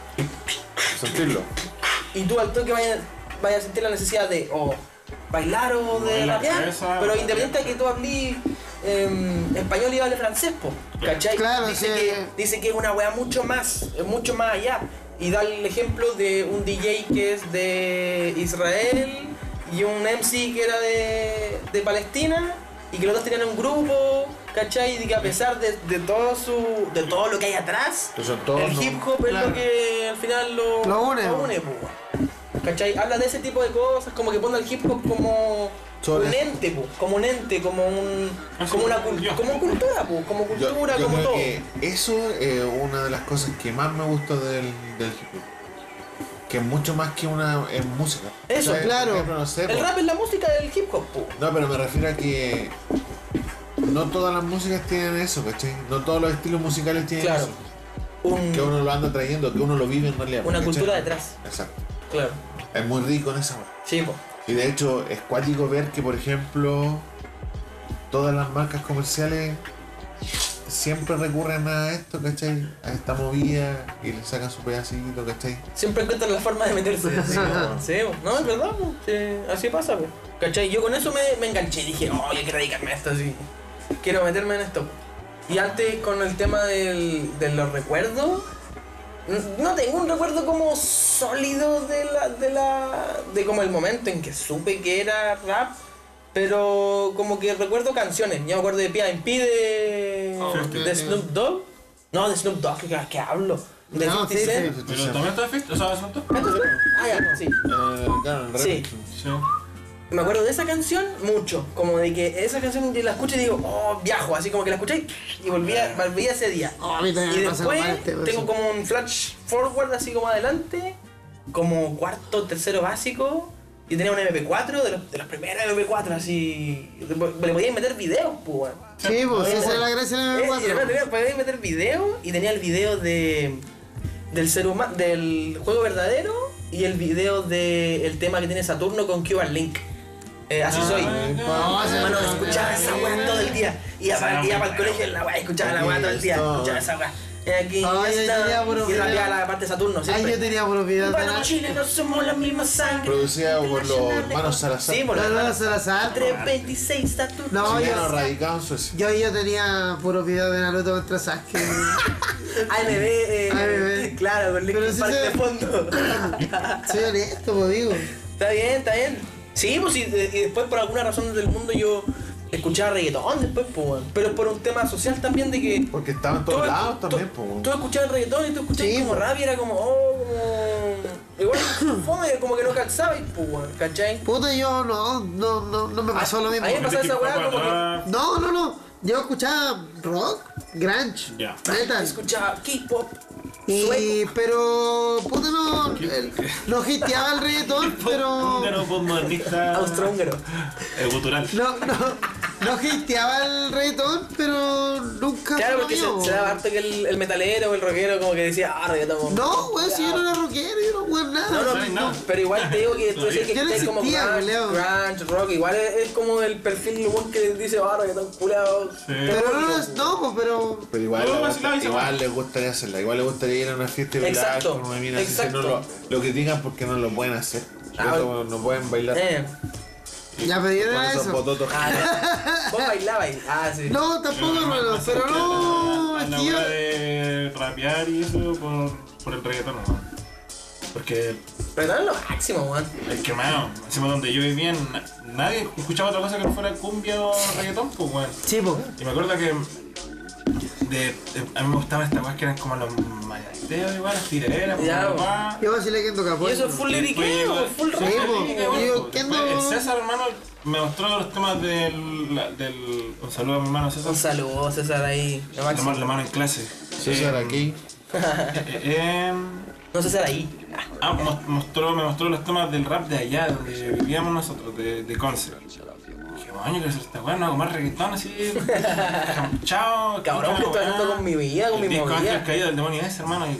Speaker 2: Sentirlo.
Speaker 3: y tú al toque vayas vaya a sentir la necesidad de o bailar o de
Speaker 5: Bailar,
Speaker 3: rapear,
Speaker 5: esa,
Speaker 3: pero
Speaker 5: o-
Speaker 3: independiente de que tú hables em, español y hables francés, po, ¿cachai?
Speaker 4: Claro,
Speaker 3: dice,
Speaker 4: sí.
Speaker 3: que, dice que es una wea mucho más, eh, mucho más allá. Y da el ejemplo de un DJ que es de Israel y un MC que era de, de Palestina y que los dos tenían un grupo, ¿cachai? Y que a pesar de, de todo su, de todo lo que hay atrás,
Speaker 2: Que son todos,
Speaker 3: el
Speaker 2: ¿no?
Speaker 3: hip hop es lo
Speaker 4: Claro.
Speaker 3: que al final lo,
Speaker 4: Lo une,
Speaker 3: lo
Speaker 4: po.
Speaker 3: une, po, weón. ¿Cachai? Habla de ese tipo de cosas, como que pone al hip hop como
Speaker 2: Sobre-
Speaker 3: un ente, po, como un ente, como un
Speaker 5: Ah, sí,
Speaker 3: como una cul-
Speaker 5: yo.
Speaker 3: como cultura, po, como
Speaker 2: Yo,
Speaker 3: cultura,
Speaker 2: yo
Speaker 3: como
Speaker 2: creo
Speaker 3: todo.
Speaker 2: que eso es eh, una de las cosas que más me gusta del, del hip hop. Que es mucho más que una es música.
Speaker 3: Eso,
Speaker 2: O sea,
Speaker 4: claro.
Speaker 2: por ejemplo, no sé,
Speaker 3: El
Speaker 2: po-
Speaker 3: rap es la música del hip hop, po.
Speaker 2: No, pero me refiero a que no todas las músicas tienen eso, ¿cachai? No todos los estilos musicales tienen
Speaker 3: Claro.
Speaker 2: eso.
Speaker 3: Un-
Speaker 2: Que uno lo anda trayendo, que uno lo vive en realidad.
Speaker 3: Una
Speaker 2: ¿cachai?
Speaker 3: cultura detrás.
Speaker 2: Exacto.
Speaker 3: claro.
Speaker 2: Es muy rico en esa weá.
Speaker 3: Sí, po.
Speaker 2: Y de hecho, es cuático ver que, por ejemplo, todas las marcas comerciales siempre recurren a esto, ¿cachai? A esta movida y le sacan su pedacito, ¿cachai?
Speaker 3: Siempre encuentran la forma de meterse. Sí, po. Sí, po. no, es verdad, po. Sí, así pasa, po. ¿Cachai? Yo con eso me, me enganché y dije, oh, yo quiero dedicarme a esto, sí. Quiero meterme en esto. Y antes con el tema del, de los recuerdos, n- no tengo un recuerdo como sólido de la, de la, de como el momento en que supe que era rap, pero como que recuerdo canciones. Yo me acuerdo de P.I.M.P. de, de Snoop Dogg. No, de Snoop Dogg, ¿qué, qué hablo? De
Speaker 4: No,
Speaker 3: 50
Speaker 4: sí,
Speaker 3: Cent.
Speaker 4: sí.
Speaker 5: Pero también está Fifty, o sea, ¿es otro?
Speaker 3: ¿Esto es- Ah, ya, sí.
Speaker 2: Eh, claro, en
Speaker 3: Sí.
Speaker 2: realidad.
Speaker 5: Sí.
Speaker 3: Me acuerdo de esa canción mucho. Como de que esa canción la escucho y digo, oh, viajo. Así como que la escuché y volvía, volvía ese día.
Speaker 4: Oh, a mí también
Speaker 3: Y
Speaker 4: me pasa
Speaker 3: después
Speaker 4: lo mal, te pasa.
Speaker 3: tengo como un flash forward así como adelante, como cuarto, tercero básico. Y tenía un MP4 de los, de los primeros MP4 así. Le le podías meter videos, pues. weón.
Speaker 4: Sí, pues esa era la gracia del
Speaker 3: Eh, y de
Speaker 4: M4.
Speaker 3: repente podía meter video y tenía el video de del ser humano del juego verdadero y el video de el tema que tiene Saturno con Cuban Link. Eh, así soy.
Speaker 4: Ah,
Speaker 3: Ah,
Speaker 4: No, esa-
Speaker 3: Hermano, escuchaba esa weá todo el día. Iba
Speaker 5: Esa era
Speaker 3: para,
Speaker 5: muy
Speaker 3: iba pa'l
Speaker 5: buena.
Speaker 3: colegio en la weá, escuchaba la weá todo el día,
Speaker 2: Eso.
Speaker 3: escuchaba esa weá. Eh, Aquí
Speaker 4: Ay, yo
Speaker 3: está,
Speaker 4: tenía puro
Speaker 3: y rapeaba
Speaker 4: video.
Speaker 3: la parte de Saturno,
Speaker 4: Ay,
Speaker 3: siempre.
Speaker 4: yo tenía propiedad de
Speaker 3: Bueno,
Speaker 4: la.
Speaker 3: chilenos somos la misma sangre.
Speaker 2: Producida por los hermanos Salazar.
Speaker 3: Sí, por
Speaker 4: La
Speaker 3: los
Speaker 4: Lola
Speaker 3: hermanos
Speaker 4: Salazar.
Speaker 3: 326 Saturno.
Speaker 4: No,
Speaker 2: Chileno
Speaker 4: yo.
Speaker 2: radicado en Suecia.
Speaker 4: Yo, yo tenía puro video de Naruto contra Sasuke.
Speaker 3: AMB, eh,
Speaker 4: AMB.
Speaker 3: claro, con
Speaker 4: Pero
Speaker 3: Linkin
Speaker 4: sí
Speaker 3: Park
Speaker 4: se-
Speaker 3: de fondo.
Speaker 4: Soy honesto, pues digo.
Speaker 3: Está bien, está bien. Sí, pues y, de- y después por alguna razón del mundo yo escuchaba reggaetón después, pues, weón. pero por un tema social también de que
Speaker 2: Porque estaban en todos lados
Speaker 3: tú-
Speaker 2: también,
Speaker 3: tú,
Speaker 2: po.
Speaker 3: tú escuchabas reggaetón y tú escuchabas
Speaker 4: pues, Sí, pues.
Speaker 3: como
Speaker 4: po.
Speaker 3: rap y era como, oh, como... Igual fome, como que no calzabas, pues, weón, ¿cachai?
Speaker 4: Puta, yo no, no, no, no me pasó lo mismo.
Speaker 3: Ah, ahí- pasaba esa weá como que-
Speaker 5: Ah,
Speaker 4: No, no, no. Yo escuchaba rock, grunge,
Speaker 5: Ya.
Speaker 4: metal.
Speaker 3: Escuchaba K-pop. sueco.
Speaker 4: Y, pero, puta, no. el- no hateaba el reggaetón, pero.
Speaker 5: Húngaro, postmodernista...
Speaker 3: Austrohúngaro.
Speaker 4: Ah,
Speaker 5: Eh, gutural.
Speaker 4: No, no. No hateaba el reggaetón, pero nunca.
Speaker 3: Claro,
Speaker 4: fue lo
Speaker 3: porque se,
Speaker 4: mío.
Speaker 3: se daba harto que el, el metalero o el rockero como que decía, ah, reggaetón.
Speaker 4: No, weón, si yo no era rockero, yo no weón nada.
Speaker 3: No, no,
Speaker 5: No,
Speaker 3: no,
Speaker 5: no.
Speaker 3: pero igual te digo que tú decís que
Speaker 4: Yo no
Speaker 3: estés como
Speaker 4: existía,
Speaker 3: grunge,
Speaker 4: Leo.
Speaker 3: grunge, rock, igual es, es como el perfil weón que dice, ah, reggaetón culeado.
Speaker 4: pero no, no, no, pues, pero.
Speaker 2: Pero igual,
Speaker 5: No,
Speaker 2: le gusta-
Speaker 5: vacilaba esa
Speaker 2: igual
Speaker 5: weá.
Speaker 2: les gustaría hacerla, igual les gustaría ir a una fiesta y bailar
Speaker 3: Exacto,
Speaker 2: con una mina, así que
Speaker 3: exacto.
Speaker 2: no lo, lo critican porque no lo pueden hacer.
Speaker 3: Ah,
Speaker 2: No, no pueden bailar.
Speaker 3: Eh,
Speaker 5: Y
Speaker 4: Ya pedí
Speaker 2: Con
Speaker 4: de
Speaker 2: esos
Speaker 4: eso.
Speaker 2: pototos.
Speaker 3: Ah, no. Vos bailabas. Ah, sí.
Speaker 4: No, tampoco, hermano, pero no.
Speaker 5: A
Speaker 4: es
Speaker 5: la
Speaker 4: que yo-
Speaker 5: hora de rapear y eso por, por el reggaetón, weón. Porque
Speaker 3: Pero no es lo máximo, weón.
Speaker 5: el quemado, encima donde yo vivía, na- nadie escuchaba otra cosa que no fuera cumbia o reggaetón, pues, weón.
Speaker 4: Sí, po.
Speaker 5: Y me acuerdo que de, de- a mí me gustaban estas weas que eran como los mayateos, igual, las tiraderas,
Speaker 3: Ya,
Speaker 5: como
Speaker 3: weón.
Speaker 5: papá.
Speaker 4: Yo vacilé que toca
Speaker 3: Y eso
Speaker 4: capoeira.
Speaker 3: es full
Speaker 5: Después llegó-
Speaker 3: liriqueo, full
Speaker 5: Pues, sí,
Speaker 2: pues,
Speaker 3: rap.
Speaker 4: Sí, po.
Speaker 5: liriqueo,
Speaker 4: Yo
Speaker 5: po.
Speaker 4: entiendo-
Speaker 5: Después El César, hermano, me mostró los temas del. la- del un saludo a mi hermano César.
Speaker 3: Un saludo, César, ahí. Lo
Speaker 5: La mano,
Speaker 3: máximo.
Speaker 5: la mano en clase.
Speaker 2: César
Speaker 5: Eh,
Speaker 2: aquí.
Speaker 5: eh, em,
Speaker 3: No, César, ahí.
Speaker 5: Ah, mos- mostró, me mostró los temas del rap de allá, donde vivíamos nosotros, de, de Conce. Dije, bueno, que esta weá, no hago más reggaetón así. Chao,
Speaker 3: Cabrón, ¿qué estoy haciendo con mi vida, con mi
Speaker 5: movida? El disco
Speaker 3: movida?
Speaker 5: Ángel Caído del demonio ese, hermano. Y,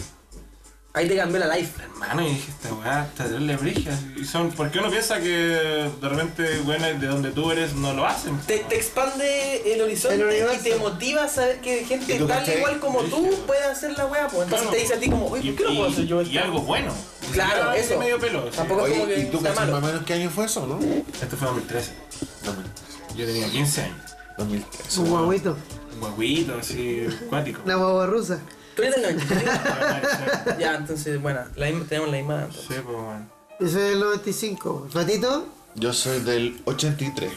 Speaker 3: Ahí te cambió la life.
Speaker 5: hermano, y dije, esta weá está terrible brigia. Y son, porque uno piensa que de repente, bueno, de donde tú eres no lo hacen.
Speaker 3: Te, te expande el horizonte
Speaker 4: El universo.
Speaker 3: y te motiva a saber que gente
Speaker 2: ¿Y tú
Speaker 3: tal
Speaker 2: cachai?
Speaker 3: igual como tú puede hacer la wea, pues entonces
Speaker 5: Claro.
Speaker 3: te dice a ti como, oye,
Speaker 5: y,
Speaker 3: ¿por qué no puedo hacer yo
Speaker 5: y- y
Speaker 3: esto?
Speaker 5: algo bueno. Ni
Speaker 3: Claro,
Speaker 5: siquiera
Speaker 3: eso.
Speaker 5: medio pelo. sí.
Speaker 3: Tampoco- como
Speaker 2: Oye,
Speaker 3: que
Speaker 2: ¿y tú
Speaker 3: está
Speaker 2: cachas más o
Speaker 3: malo.
Speaker 2: menos qué año fue eso, no?
Speaker 5: Esto fue 2013.
Speaker 2: No, man,
Speaker 5: Yo tenía 15 años.
Speaker 2: 2003.
Speaker 4: Un guaguito.
Speaker 5: Un guaguito, así, acuático.
Speaker 4: Una guagua rusa.
Speaker 3: Tú eres del 93.
Speaker 5: Ah, Sí,
Speaker 3: ya, entonces, bueno, la misma- tenemos la misma. edad.
Speaker 5: pues bueno.
Speaker 4: Yo soy del 95. Ratito,
Speaker 2: Yo soy del 83.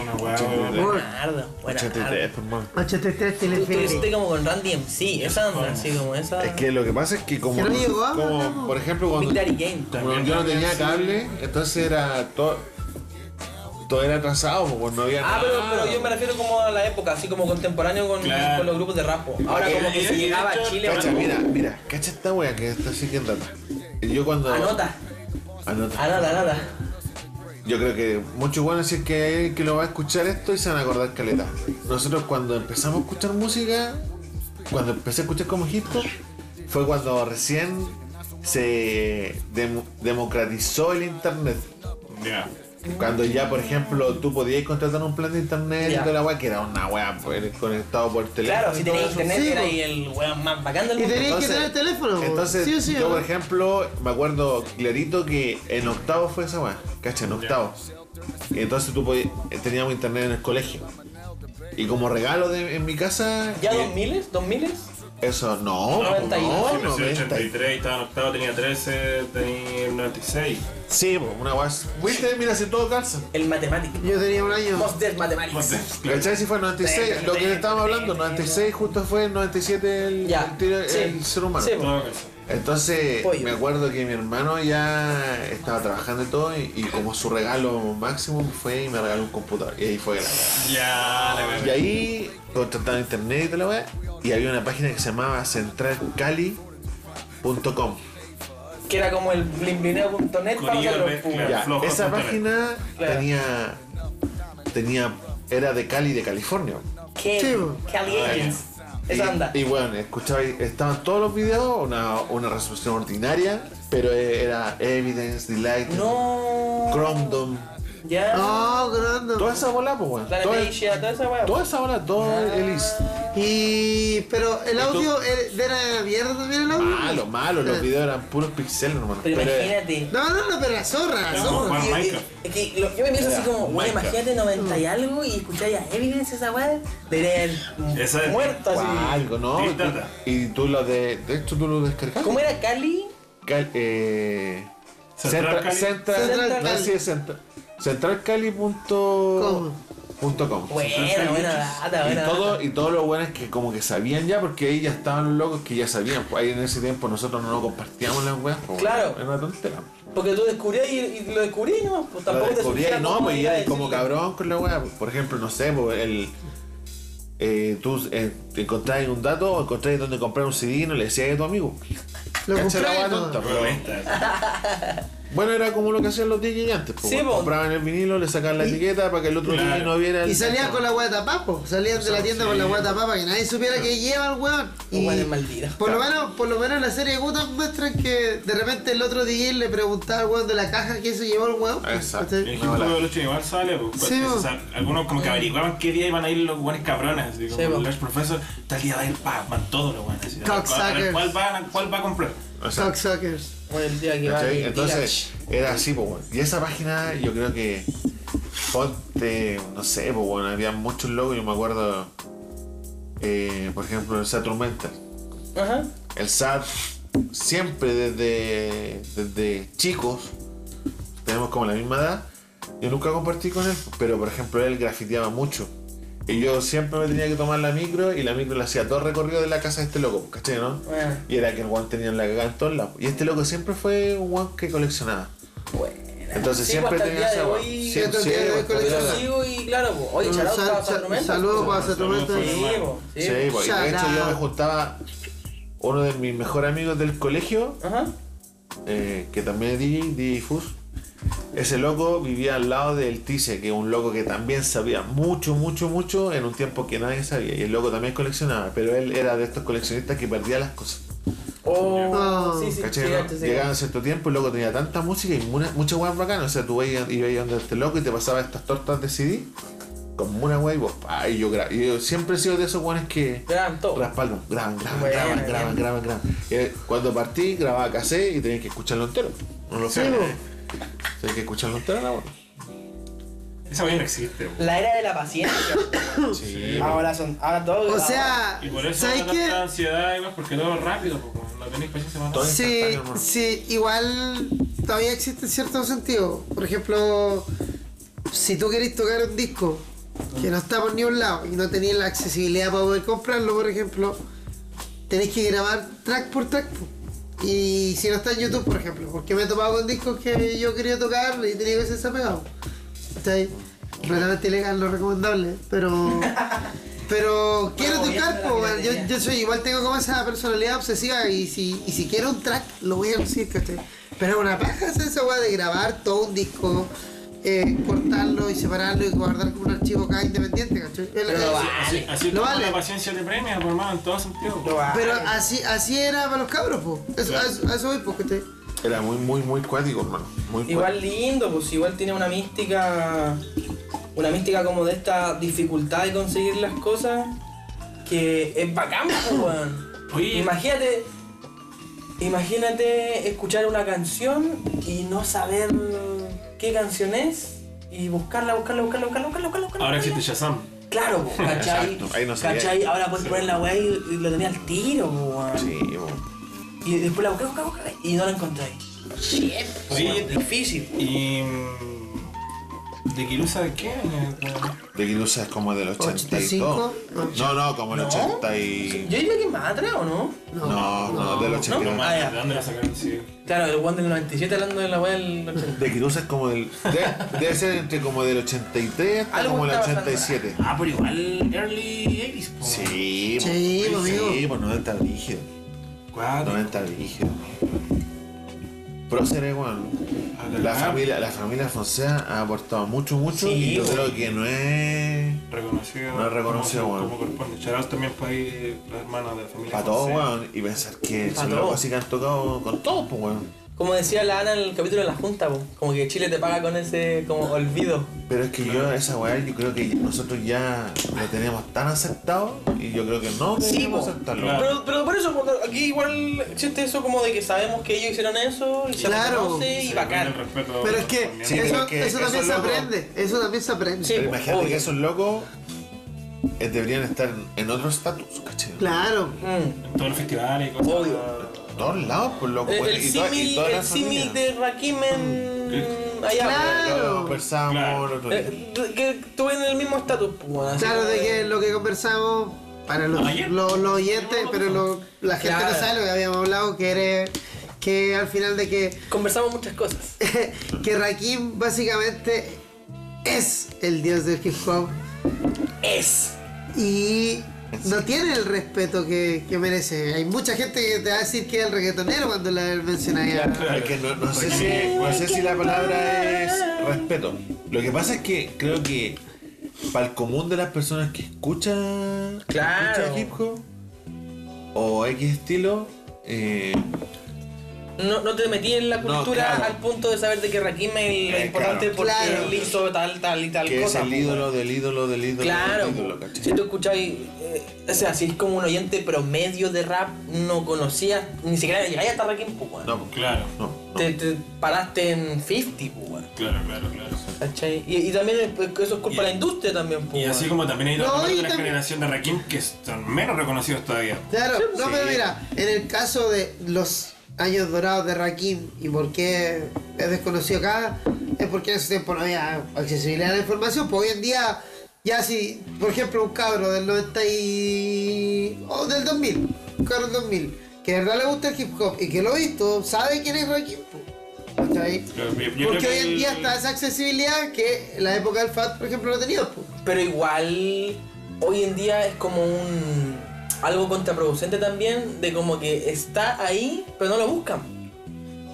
Speaker 5: Una hueá, hueá.
Speaker 3: Buena arda, buena arda.
Speaker 2: 83, por más.
Speaker 4: 83
Speaker 3: Tú tú
Speaker 4: Telefilm.
Speaker 3: hiciste como con Randy MC, esa onda, así como esa.
Speaker 2: Es que lo que pasa es que como,
Speaker 4: Que no llegó, ah,
Speaker 2: como,
Speaker 4: no.
Speaker 2: por ejemplo,
Speaker 3: Big
Speaker 2: cuando,
Speaker 3: Daddy Game.
Speaker 2: como yo no tenía cable, entonces era todo, todo era atrasado, pues no había
Speaker 3: Ah,
Speaker 2: nada.
Speaker 3: pero, pero yo me refiero como a la época, así como contemporáneo con,
Speaker 5: Claro.
Speaker 3: con los grupos de rapo. Ahora
Speaker 5: Eh,
Speaker 3: como que
Speaker 5: eh,
Speaker 3: se
Speaker 5: eh,
Speaker 3: llegaba
Speaker 5: yo-
Speaker 3: a Chile.
Speaker 2: Cacha,
Speaker 3: bueno,
Speaker 2: mira, mira, cacha esta wea que está siguiendo acá. Yo cuando...
Speaker 3: Anota,
Speaker 2: Anota.
Speaker 3: anota, anota.
Speaker 2: Yo creo que muchos buenos si es que hay alguien que lo va a escuchar esto y se van a acordar caleta. Nosotros cuando empezamos a escuchar música, cuando empecé a escuchar como hip hop, fue cuando recién se dem- democratizó el internet.
Speaker 5: Ya.
Speaker 2: Cuando ya, por ejemplo, tú podías contratar un plan de internet y
Speaker 3: Ya.
Speaker 2: toda la weá, que era una weá pues, conectado por teléfono.
Speaker 3: Claro,
Speaker 2: y
Speaker 3: si
Speaker 2: todo
Speaker 3: tenías
Speaker 2: eso.
Speaker 3: internet
Speaker 4: Sí,
Speaker 3: era
Speaker 4: po.
Speaker 3: ahí el weón más bacán del
Speaker 4: Y
Speaker 3: mundo.
Speaker 4: tenías que tener el teléfono. po.
Speaker 2: Entonces,
Speaker 4: sí o sí,
Speaker 2: yo, por
Speaker 4: ¿no?
Speaker 2: ejemplo, me acuerdo clarito que en octavo fue esa weá, cacha, en octavo. Y entonces tú podías, eh, teníamos internet en el colegio. Y como regalo de, en mi casa.
Speaker 3: ¿Ya
Speaker 2: eh,
Speaker 3: 2000? ¿2000?
Speaker 2: Eso,
Speaker 3: Oh,
Speaker 2: no,
Speaker 5: No, pues,
Speaker 2: no,
Speaker 3: 92.
Speaker 5: Yo soy
Speaker 2: 90.
Speaker 5: 83, estaba en octavo, tenía 13, tenía 96.
Speaker 2: Sí, po, una weá. Viste, mira, si todo calza.
Speaker 3: El matemático.
Speaker 4: Yo tenía un año.
Speaker 3: Most Def Mathematics.
Speaker 5: Entonces,
Speaker 2: ¿Cachai? Si fue en 96, lo que estábamos hablando, 96 justo fue en 97 el,
Speaker 3: Ya,
Speaker 2: el tiro-
Speaker 3: sí.
Speaker 2: el ser humano.
Speaker 3: Sí, po.
Speaker 5: todo eso.
Speaker 2: Entonces,
Speaker 3: Pollo.
Speaker 2: me acuerdo que mi hermano ya estaba trabajando y todo, y, y como su regalo máximo fue y me regaló un computador. Y ahí fue que la weá.
Speaker 5: Ya, la verdad.
Speaker 2: Y ahí contrataron internet y toda la weá, y había una página que se llamaba centralcali.com.
Speaker 3: Que era como el blimblineo.net para
Speaker 5: Corillo,
Speaker 3: hacerlo.
Speaker 5: el mezcla.
Speaker 2: Ya,
Speaker 5: flojo,
Speaker 2: esa
Speaker 5: punto net.
Speaker 2: página
Speaker 3: Claro.
Speaker 2: tenía. tenía. era de Cali, de California.
Speaker 4: Sí,
Speaker 3: Cali,
Speaker 4: po.
Speaker 3: Cali Agents.
Speaker 2: Y-
Speaker 3: Esa onda.
Speaker 2: Y, bueno, escuchaba, y estaban todos los videos, una, una resolución ordinaria, pero eh, era Evidence, Delight,
Speaker 3: No.
Speaker 2: Chromedom.
Speaker 3: Ya.
Speaker 4: No, grande.
Speaker 2: Toda esa bola, pues, weón.
Speaker 3: Planet
Speaker 2: Toda,
Speaker 3: Asia, toda esa weá.
Speaker 2: toda esa bola, todo
Speaker 4: Ah.
Speaker 2: el is.
Speaker 4: Y. Pero el audio eh, de la mierda también el audio.
Speaker 2: Malo, malo, los
Speaker 4: Eh.
Speaker 2: videos eran puros pixeles, hermano.
Speaker 3: Pero
Speaker 2: Pero, eh,
Speaker 3: imagínate.
Speaker 4: No, no, no, pero la zorra, la
Speaker 5: Era como
Speaker 4: zorra.
Speaker 5: jugar
Speaker 3: Yo-
Speaker 5: Minecraft.
Speaker 3: Es que lo- yo me pienso así como, bueno,
Speaker 5: Minecraft.
Speaker 3: imagínate 90 y algo y escucháis a Evidence esa weá. Debería
Speaker 5: Esa
Speaker 3: haber
Speaker 5: es-
Speaker 3: muerto así.
Speaker 2: algo, ¿no?
Speaker 5: Sí, tata.
Speaker 2: Y tú lo de. De hecho, tú lo descargaste.
Speaker 3: ¿Cómo era Cali?
Speaker 2: Cal- eh, Central,
Speaker 5: Central Cali.
Speaker 2: Central,
Speaker 4: Central
Speaker 2: no,
Speaker 4: Cali.
Speaker 2: sí, es Central- centralcali punto- punto com.
Speaker 5: Entonces,
Speaker 3: Buena, buena data,
Speaker 2: Y,
Speaker 3: buena data.
Speaker 2: todo, y todos los buenos que como que sabían ya, porque ahí ya estaban los locos que ya sabían. Pues ahí en ese tiempo nosotros no compartíamos las weas. pues,
Speaker 3: Claro.
Speaker 2: Era una tontera.
Speaker 3: Porque tú descubrías y, y lo descubrí, ¿no? Pues
Speaker 2: Lo
Speaker 3: tampoco te
Speaker 2: descubrí
Speaker 3: surgía
Speaker 2: ahí, no,
Speaker 3: cómo
Speaker 2: pues
Speaker 3: ir
Speaker 2: ya
Speaker 3: a
Speaker 2: ahí como
Speaker 3: decirle.
Speaker 2: cabrón con la weá. Por ejemplo, no sé, pues el. eh, tú eh, te encontrás un dato o encontrás donde comprar un CD y no le decías a tu amigo.
Speaker 4: Lo
Speaker 2: Cacha la
Speaker 4: compré,
Speaker 2: weá
Speaker 4: no.
Speaker 2: tonta, pero-
Speaker 5: Reventa.
Speaker 2: Bueno, era como lo que hacían los DJs antes, pues,
Speaker 3: Sí,
Speaker 2: weón.
Speaker 3: po.
Speaker 2: compraban el vinilo, le sacaban la etiqueta para que el otro
Speaker 5: Claro.
Speaker 2: DJ no viera el...
Speaker 4: Y salías con la guata papo, salías de la tienda con la guata papa que nadie supiera que lleva el weón.
Speaker 3: Un
Speaker 4: Y
Speaker 3: weón es maldito.
Speaker 4: por lo menos, por lo menos en la serie de Gotham muestran que de repente el otro DJ le preguntaba al weón de la caja que se llevó el weón.
Speaker 2: Exacto.
Speaker 5: El
Speaker 4: ¿Cachai?
Speaker 5: ejemplo
Speaker 2: Hola.
Speaker 5: de lucha igual sale, pues,
Speaker 4: Sí,
Speaker 5: pues,
Speaker 4: bo.
Speaker 5: o sea, algunos como que averiguaban qué día iban a ir los buenos cabrones, así como
Speaker 3: Sí, bo.
Speaker 5: el Lars Professor, tal día va a ir, pa, van todos los buenos. así, a ver cuál- a
Speaker 4: Cocksuckers.
Speaker 5: ver ¿Cuál van a- cuál va a comprar?
Speaker 4: Sock suckers.
Speaker 3: Bueno, el día que va
Speaker 2: ¿Cachai?
Speaker 3: y-
Speaker 2: Entonces, era así, pues, weón. Y esa página yo creo que Ponte, no sé, pues bueno, había muchos logos, yo me acuerdo, eh, por ejemplo, el Saturn Mental.
Speaker 3: Ajá.
Speaker 2: El SAT siempre desde, desde chicos, tenemos como la misma edad, yo nunca compartí con él, pero por ejemplo él grafiteaba mucho. Y yo siempre me tenía que tomar la micro y la micro le hacía todo el recorrido de la casa de este loco, ¿cachai, no?
Speaker 3: Bueno.
Speaker 2: Y era que el guan tenía la cagada en todos lados. Y este loco siempre fue un guan que coleccionaba.
Speaker 3: Buena.
Speaker 2: Entonces
Speaker 3: Sí,
Speaker 2: siempre
Speaker 3: hasta el
Speaker 2: tenía
Speaker 3: día
Speaker 2: esa
Speaker 3: de
Speaker 2: guan.
Speaker 3: hoy,
Speaker 2: Sí, pues,
Speaker 4: hasta el
Speaker 2: sí,
Speaker 4: día de hoy
Speaker 2: hasta el día de
Speaker 3: Yo
Speaker 2: hoy.
Speaker 3: sigo y claro, po. oye, shout out
Speaker 4: Sal-
Speaker 3: para
Speaker 4: sal-
Speaker 3: Sacramento.
Speaker 4: Saludos para
Speaker 5: Saludos
Speaker 4: Saturmenta.
Speaker 5: para-
Speaker 3: Sí, po, sí.
Speaker 2: Sí, pues, y de hecho yo me juntaba uno de mis mejores amigos del colegio,
Speaker 3: Ajá.
Speaker 2: eh, que también es DJ, DJ Fus. Ese loco vivía al lado del Tice, que es un loco que también sabía mucho, mucho, mucho en un tiempo que nadie sabía. Y el loco también coleccionaba, pero él era de estos coleccionistas que perdía las cosas.
Speaker 3: Oh,
Speaker 4: Oh,
Speaker 3: sí, sí,
Speaker 2: ¿Cachai?
Speaker 3: sí,
Speaker 2: No?
Speaker 3: antes de-
Speaker 2: Llegaba a cierto tiempo el loco tenía tanta música y una- muchas weas bacanas. O sea, tú veías y veías donde este loco y te pasaba estas tortas de CD como una wea y vos, ay, yo, gra- y yo siempre he sido de esos weones que
Speaker 3: Gran todo.
Speaker 2: raspaldo, graban, graban,
Speaker 3: Bueno,
Speaker 2: graban,
Speaker 3: bien.
Speaker 2: graban, graban, graban. Y, eh, cuando partí, grababa cassette y tenías que escucharlo entero. No lo sé. Tenías que escucharlo entero, no,
Speaker 5: Esa vaina no existe, weón.
Speaker 3: La era de la paciencia.
Speaker 2: Sí.
Speaker 3: ahora son, ahora todo.
Speaker 4: O sea,
Speaker 5: Y por eso
Speaker 4: ¿sabes
Speaker 5: da tanta
Speaker 4: qué?
Speaker 5: ansiedad y más porque todo es rápido, po, weón. no tenéis paciencia para nada.
Speaker 2: Todo-
Speaker 4: Sí,
Speaker 2: instantáneo, ¿no?
Speaker 4: sí, igual todavía existe cierto sentido. Por ejemplo, si tú querés tocar un disco que no está por ningún lado y no tenés la accesibilidad para poder comprarlo, por ejemplo, tenés que grabar track por track. po. Y si no está en YouTube, por ejemplo, porque me he topado con discos que yo quería tocar y tenía que ser desapegado. Está ahí. Completamente ilegal, no recomendable, pero. Pero quiero
Speaker 3: Bueno, volviendo
Speaker 4: tocar,
Speaker 3: a la
Speaker 4: po, weón. yo,
Speaker 3: piratería.
Speaker 4: yo soy igual, tengo como esa personalidad obsesiva y si, y si quiero un track, lo voy a lucir, ¿cachai? Pero es una paja hacer esa weá de grabar todo un disco, eh, cortarlo y separarlo y guardar como un archivo acá independiente, ¿cachai? Es la-
Speaker 3: Pero
Speaker 4: es-
Speaker 3: va.
Speaker 5: Así, así
Speaker 4: Lo
Speaker 5: es como
Speaker 4: vale.
Speaker 5: la paciencia te premia, po, hermano, en todo sentido. po.
Speaker 3: Lo va-
Speaker 4: Pero así, así era para los cabros, po. Eso, a eso- a eso voy, po, ¿cachai?
Speaker 2: Era muy, muy, muy cuático, hermano. Muy
Speaker 3: Igual lindo, pues igual tiene una mística. Una mística como de esta dificultad de conseguir las cosas. Que es bacán, pues, weón.
Speaker 5: Oye.
Speaker 3: Imagínate. Imagínate escuchar una canción y no saber qué canción es. Y buscarla, buscarla, buscarla, buscarla, buscarla, buscarla. buscarla
Speaker 5: Ahora
Speaker 3: buscarla.
Speaker 5: existe Shazam.
Speaker 3: Claro, po, ¿cachai?
Speaker 2: Exacto, ahí no sabía.
Speaker 3: ¿Cachai? Ahora puedes poner la weá y, y lo tenía al tiro, po, weón.
Speaker 2: cuático. Sí, bo.
Speaker 3: Y después la buscas, buscas, buscas y no la encontré. Sí, es
Speaker 5: Oye,
Speaker 3: difícil.
Speaker 5: Y. mm, ¿De Kirusa de qué Eh, año?
Speaker 2: De Kilusa es como del
Speaker 4: 85.
Speaker 2: 85. No, no, como el
Speaker 3: No.
Speaker 2: 80 y...
Speaker 3: Yo diría que más atrás, ¿o no?
Speaker 2: No, no, del 80.
Speaker 5: No,
Speaker 3: Ah,
Speaker 5: más,
Speaker 3: ya.
Speaker 5: ¿de dónde la sacaron? Sí.
Speaker 3: Claro, el one del 97 hablando de la weá del 80.
Speaker 2: De Kilusa es como del... de- debe ser entre como del 83 hasta
Speaker 3: Algo
Speaker 2: como el
Speaker 3: está pasando.
Speaker 2: 87.
Speaker 5: Ah, pero igual early 80s, po.
Speaker 2: Sí, bo.
Speaker 4: Sí, bo,
Speaker 2: sí,
Speaker 4: amigo.
Speaker 2: pues 90 rígido.
Speaker 5: Cuatro.
Speaker 2: 90 rígido. Próceres, weón. La familia, la familia Fonseca ha aportado mucho, mucho
Speaker 3: Sí,
Speaker 2: y yo
Speaker 3: güey.
Speaker 2: creo que no es
Speaker 5: Reconocido.
Speaker 2: No es reconocido,
Speaker 5: como,
Speaker 2: weón.
Speaker 5: como corresponde. Shout out también para ir la hermana de la familia.
Speaker 2: para todos,
Speaker 5: Fonseca.
Speaker 2: weón. Y pensar que
Speaker 3: Pa'
Speaker 2: son
Speaker 3: todos.
Speaker 2: locos así que han tocado con todos, pues, weón.
Speaker 3: Como decía la Ana en el capítulo de la Junta, po, como que Chile te paga con ese como olvido.
Speaker 2: Pero es que yo, esa weá, yo creo que nosotros ya lo tenemos tan aceptado y yo creo que no
Speaker 3: Sí,
Speaker 2: debemos
Speaker 3: po.
Speaker 2: aceptarlo.
Speaker 5: Claro.
Speaker 3: Pero, pero por eso, cuando aquí igual existe eso como de que sabemos que ellos hicieron eso y se
Speaker 4: Claro.
Speaker 3: reconoce y
Speaker 5: Sí,
Speaker 3: bacán.
Speaker 5: el respeto
Speaker 4: Pero es que
Speaker 5: correspondiente.
Speaker 2: Sí, pero
Speaker 4: eso,
Speaker 2: es que
Speaker 4: eso también
Speaker 2: eso
Speaker 4: se
Speaker 2: es loco.
Speaker 4: aprende, eso también se aprende.
Speaker 3: Sí.
Speaker 2: Pero imagínate
Speaker 3: obvio.
Speaker 2: que esos locos eh, deberían estar en- en otro estatus, ¿cachai?
Speaker 4: Claro.
Speaker 3: Mm.
Speaker 5: En todos los festivales y cosas.
Speaker 3: Obvio.
Speaker 2: En todos lados, pues loco.
Speaker 3: Mm. El,
Speaker 2: weón,
Speaker 3: Eh, el
Speaker 2: y toda- y
Speaker 3: símil
Speaker 2: toda la
Speaker 3: el símil
Speaker 2: familia.
Speaker 3: de Rakim en. Allá, po.
Speaker 4: Claro.
Speaker 2: Lo conversábamos
Speaker 5: Claro.
Speaker 2: el otro día.
Speaker 3: Eh, que estuve en el mismo estatus, pues, weón, así
Speaker 4: Claro,
Speaker 3: como
Speaker 4: de que lo que conversamos para los,
Speaker 5: Ayer.
Speaker 4: los, los oyentes, pero lo- la gente
Speaker 3: Claro.
Speaker 4: no sabe lo que habíamos hablado, que era que al final de que,
Speaker 3: Conversamos muchas cosas.
Speaker 4: que Rakim básicamente es el dios del hip hop
Speaker 3: Es.
Speaker 4: y no tiene el respeto que, que merece. Hay mucha gente que te va a decir que es el reggaetonero cuando la mencionas ya.
Speaker 5: Claro.
Speaker 2: Es que no, no sé
Speaker 5: Porque-
Speaker 2: si, no sé si la palabra es respeto. Lo que pasa es que creo que para el común de las personas que escuchan
Speaker 3: Claro.
Speaker 2: escucha hip hop o X estilo, eh,
Speaker 3: No, no te metí en la
Speaker 2: No,
Speaker 3: cultura
Speaker 2: claro.
Speaker 3: al punto de saber de que Rakim es lo
Speaker 2: Eh,
Speaker 3: importante
Speaker 2: claro.
Speaker 3: porque
Speaker 4: Claro.
Speaker 3: él hizo tal, tal y tal
Speaker 2: que es
Speaker 3: cosa.
Speaker 2: el
Speaker 3: pues,
Speaker 2: ídolo
Speaker 3: weón.
Speaker 2: del ídolo del ídolo
Speaker 3: Claro,
Speaker 2: del ídolo,
Speaker 3: pues.
Speaker 2: ¿cachai?
Speaker 3: si tú escucháis, eh, o sea, si es como un oyente promedio de rap, no conocías, ni siquiera llegáis hasta Rakim, pues, weón.
Speaker 2: No, pues,
Speaker 5: Claro.
Speaker 2: no.
Speaker 3: te, te paraste en 50, pues, weón.
Speaker 5: Claro, claro, claro.
Speaker 3: ¿Cachai? Y, y también es- pues, eso es culpa
Speaker 5: Y-
Speaker 3: de la industria también, pues.
Speaker 5: Y
Speaker 3: weón.
Speaker 5: así como también hay
Speaker 4: No,
Speaker 5: otra
Speaker 4: y también-
Speaker 5: generación de Rakim que son menos reconocidos todavía.
Speaker 4: Claro, no,
Speaker 5: Sí.
Speaker 4: pero mira, en el caso de los años dorados de Rakim y por qué es desconocido acá, es porque en ese tiempo no había accesibilidad a la información, pues hoy en día, ya si, por ejemplo, un cabro del 90 y... o del 2000, un cabro del 2000, que de verdad le gusta el hip hop y que lo ha visto, sabe quién es Rakim, pues, ¿cachai?
Speaker 5: Yo- yo- yo
Speaker 4: Porque
Speaker 5: creo
Speaker 4: hoy
Speaker 5: que
Speaker 4: en día
Speaker 5: el-
Speaker 4: está esa accesibilidad que en la época del FAT, por ejemplo, no tenía, pues.
Speaker 3: Pero igual, hoy en día es como un. algo contraproducente también, de como que está ahí, pero no lo buscan.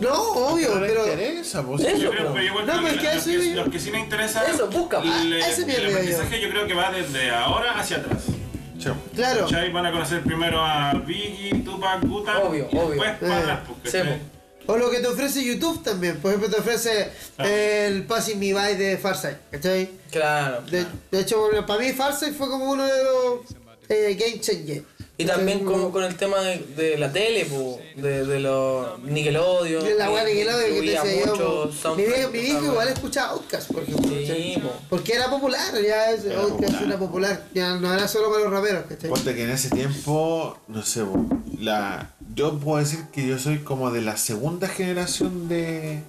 Speaker 4: No, obvio,
Speaker 2: no le
Speaker 4: pero...
Speaker 2: interesa, pues.
Speaker 3: Eso.
Speaker 5: Yo creo, pero yo
Speaker 4: No,
Speaker 5: creo
Speaker 4: pero es que
Speaker 5: los,
Speaker 4: eso
Speaker 5: que,
Speaker 4: yo-
Speaker 5: los que sí les interesa.
Speaker 3: Eso, busca,
Speaker 5: el-
Speaker 3: ah,
Speaker 5: el-
Speaker 4: ese
Speaker 5: el
Speaker 4: pierde yo.
Speaker 5: aprendizaje yo creo que va desde ahora hacia atrás.
Speaker 2: Sí.
Speaker 4: Claro.
Speaker 5: ¿Cachai? Van a conocer primero a Biggie, Tupac, Guta.
Speaker 3: Obvio, obvio.
Speaker 5: Pues para
Speaker 4: Eh,
Speaker 5: atrás, porque
Speaker 3: Sí,
Speaker 5: ¿cachai?
Speaker 3: po.
Speaker 4: O lo que te ofrece YouTube también. Por ejemplo, te ofrece
Speaker 5: Ah.
Speaker 4: el Passing Me By de Farsight. ¿Cachai?
Speaker 3: claro.
Speaker 2: Ah.
Speaker 4: De, de hecho, bueno, para mí Farsight fue como uno de los eh, game changers.
Speaker 3: Y también
Speaker 4: ¿Cachai?
Speaker 3: con, con el tema de, de la tele, po, de, de los Nickelodeon.
Speaker 4: De la weá de Nickelodeon que te
Speaker 3: incluía
Speaker 4: decía yo.
Speaker 3: mucho
Speaker 4: po. Mi
Speaker 3: soundtrack,
Speaker 4: viejo, mi viejo
Speaker 3: esa
Speaker 4: igual
Speaker 3: weá.
Speaker 4: escuchaba Outcast, por ejemplo.
Speaker 3: Sí,
Speaker 4: ¿cachai?
Speaker 3: po.
Speaker 4: Porque era popular, ya es,
Speaker 5: Era
Speaker 4: Outkast
Speaker 5: popular.
Speaker 4: era popular. Ya no era solo para los raperos, ¿cachai?
Speaker 2: Ponte que en ese tiempo, no sé, bo, la, yo puedo decir que yo soy como de la segunda generación de,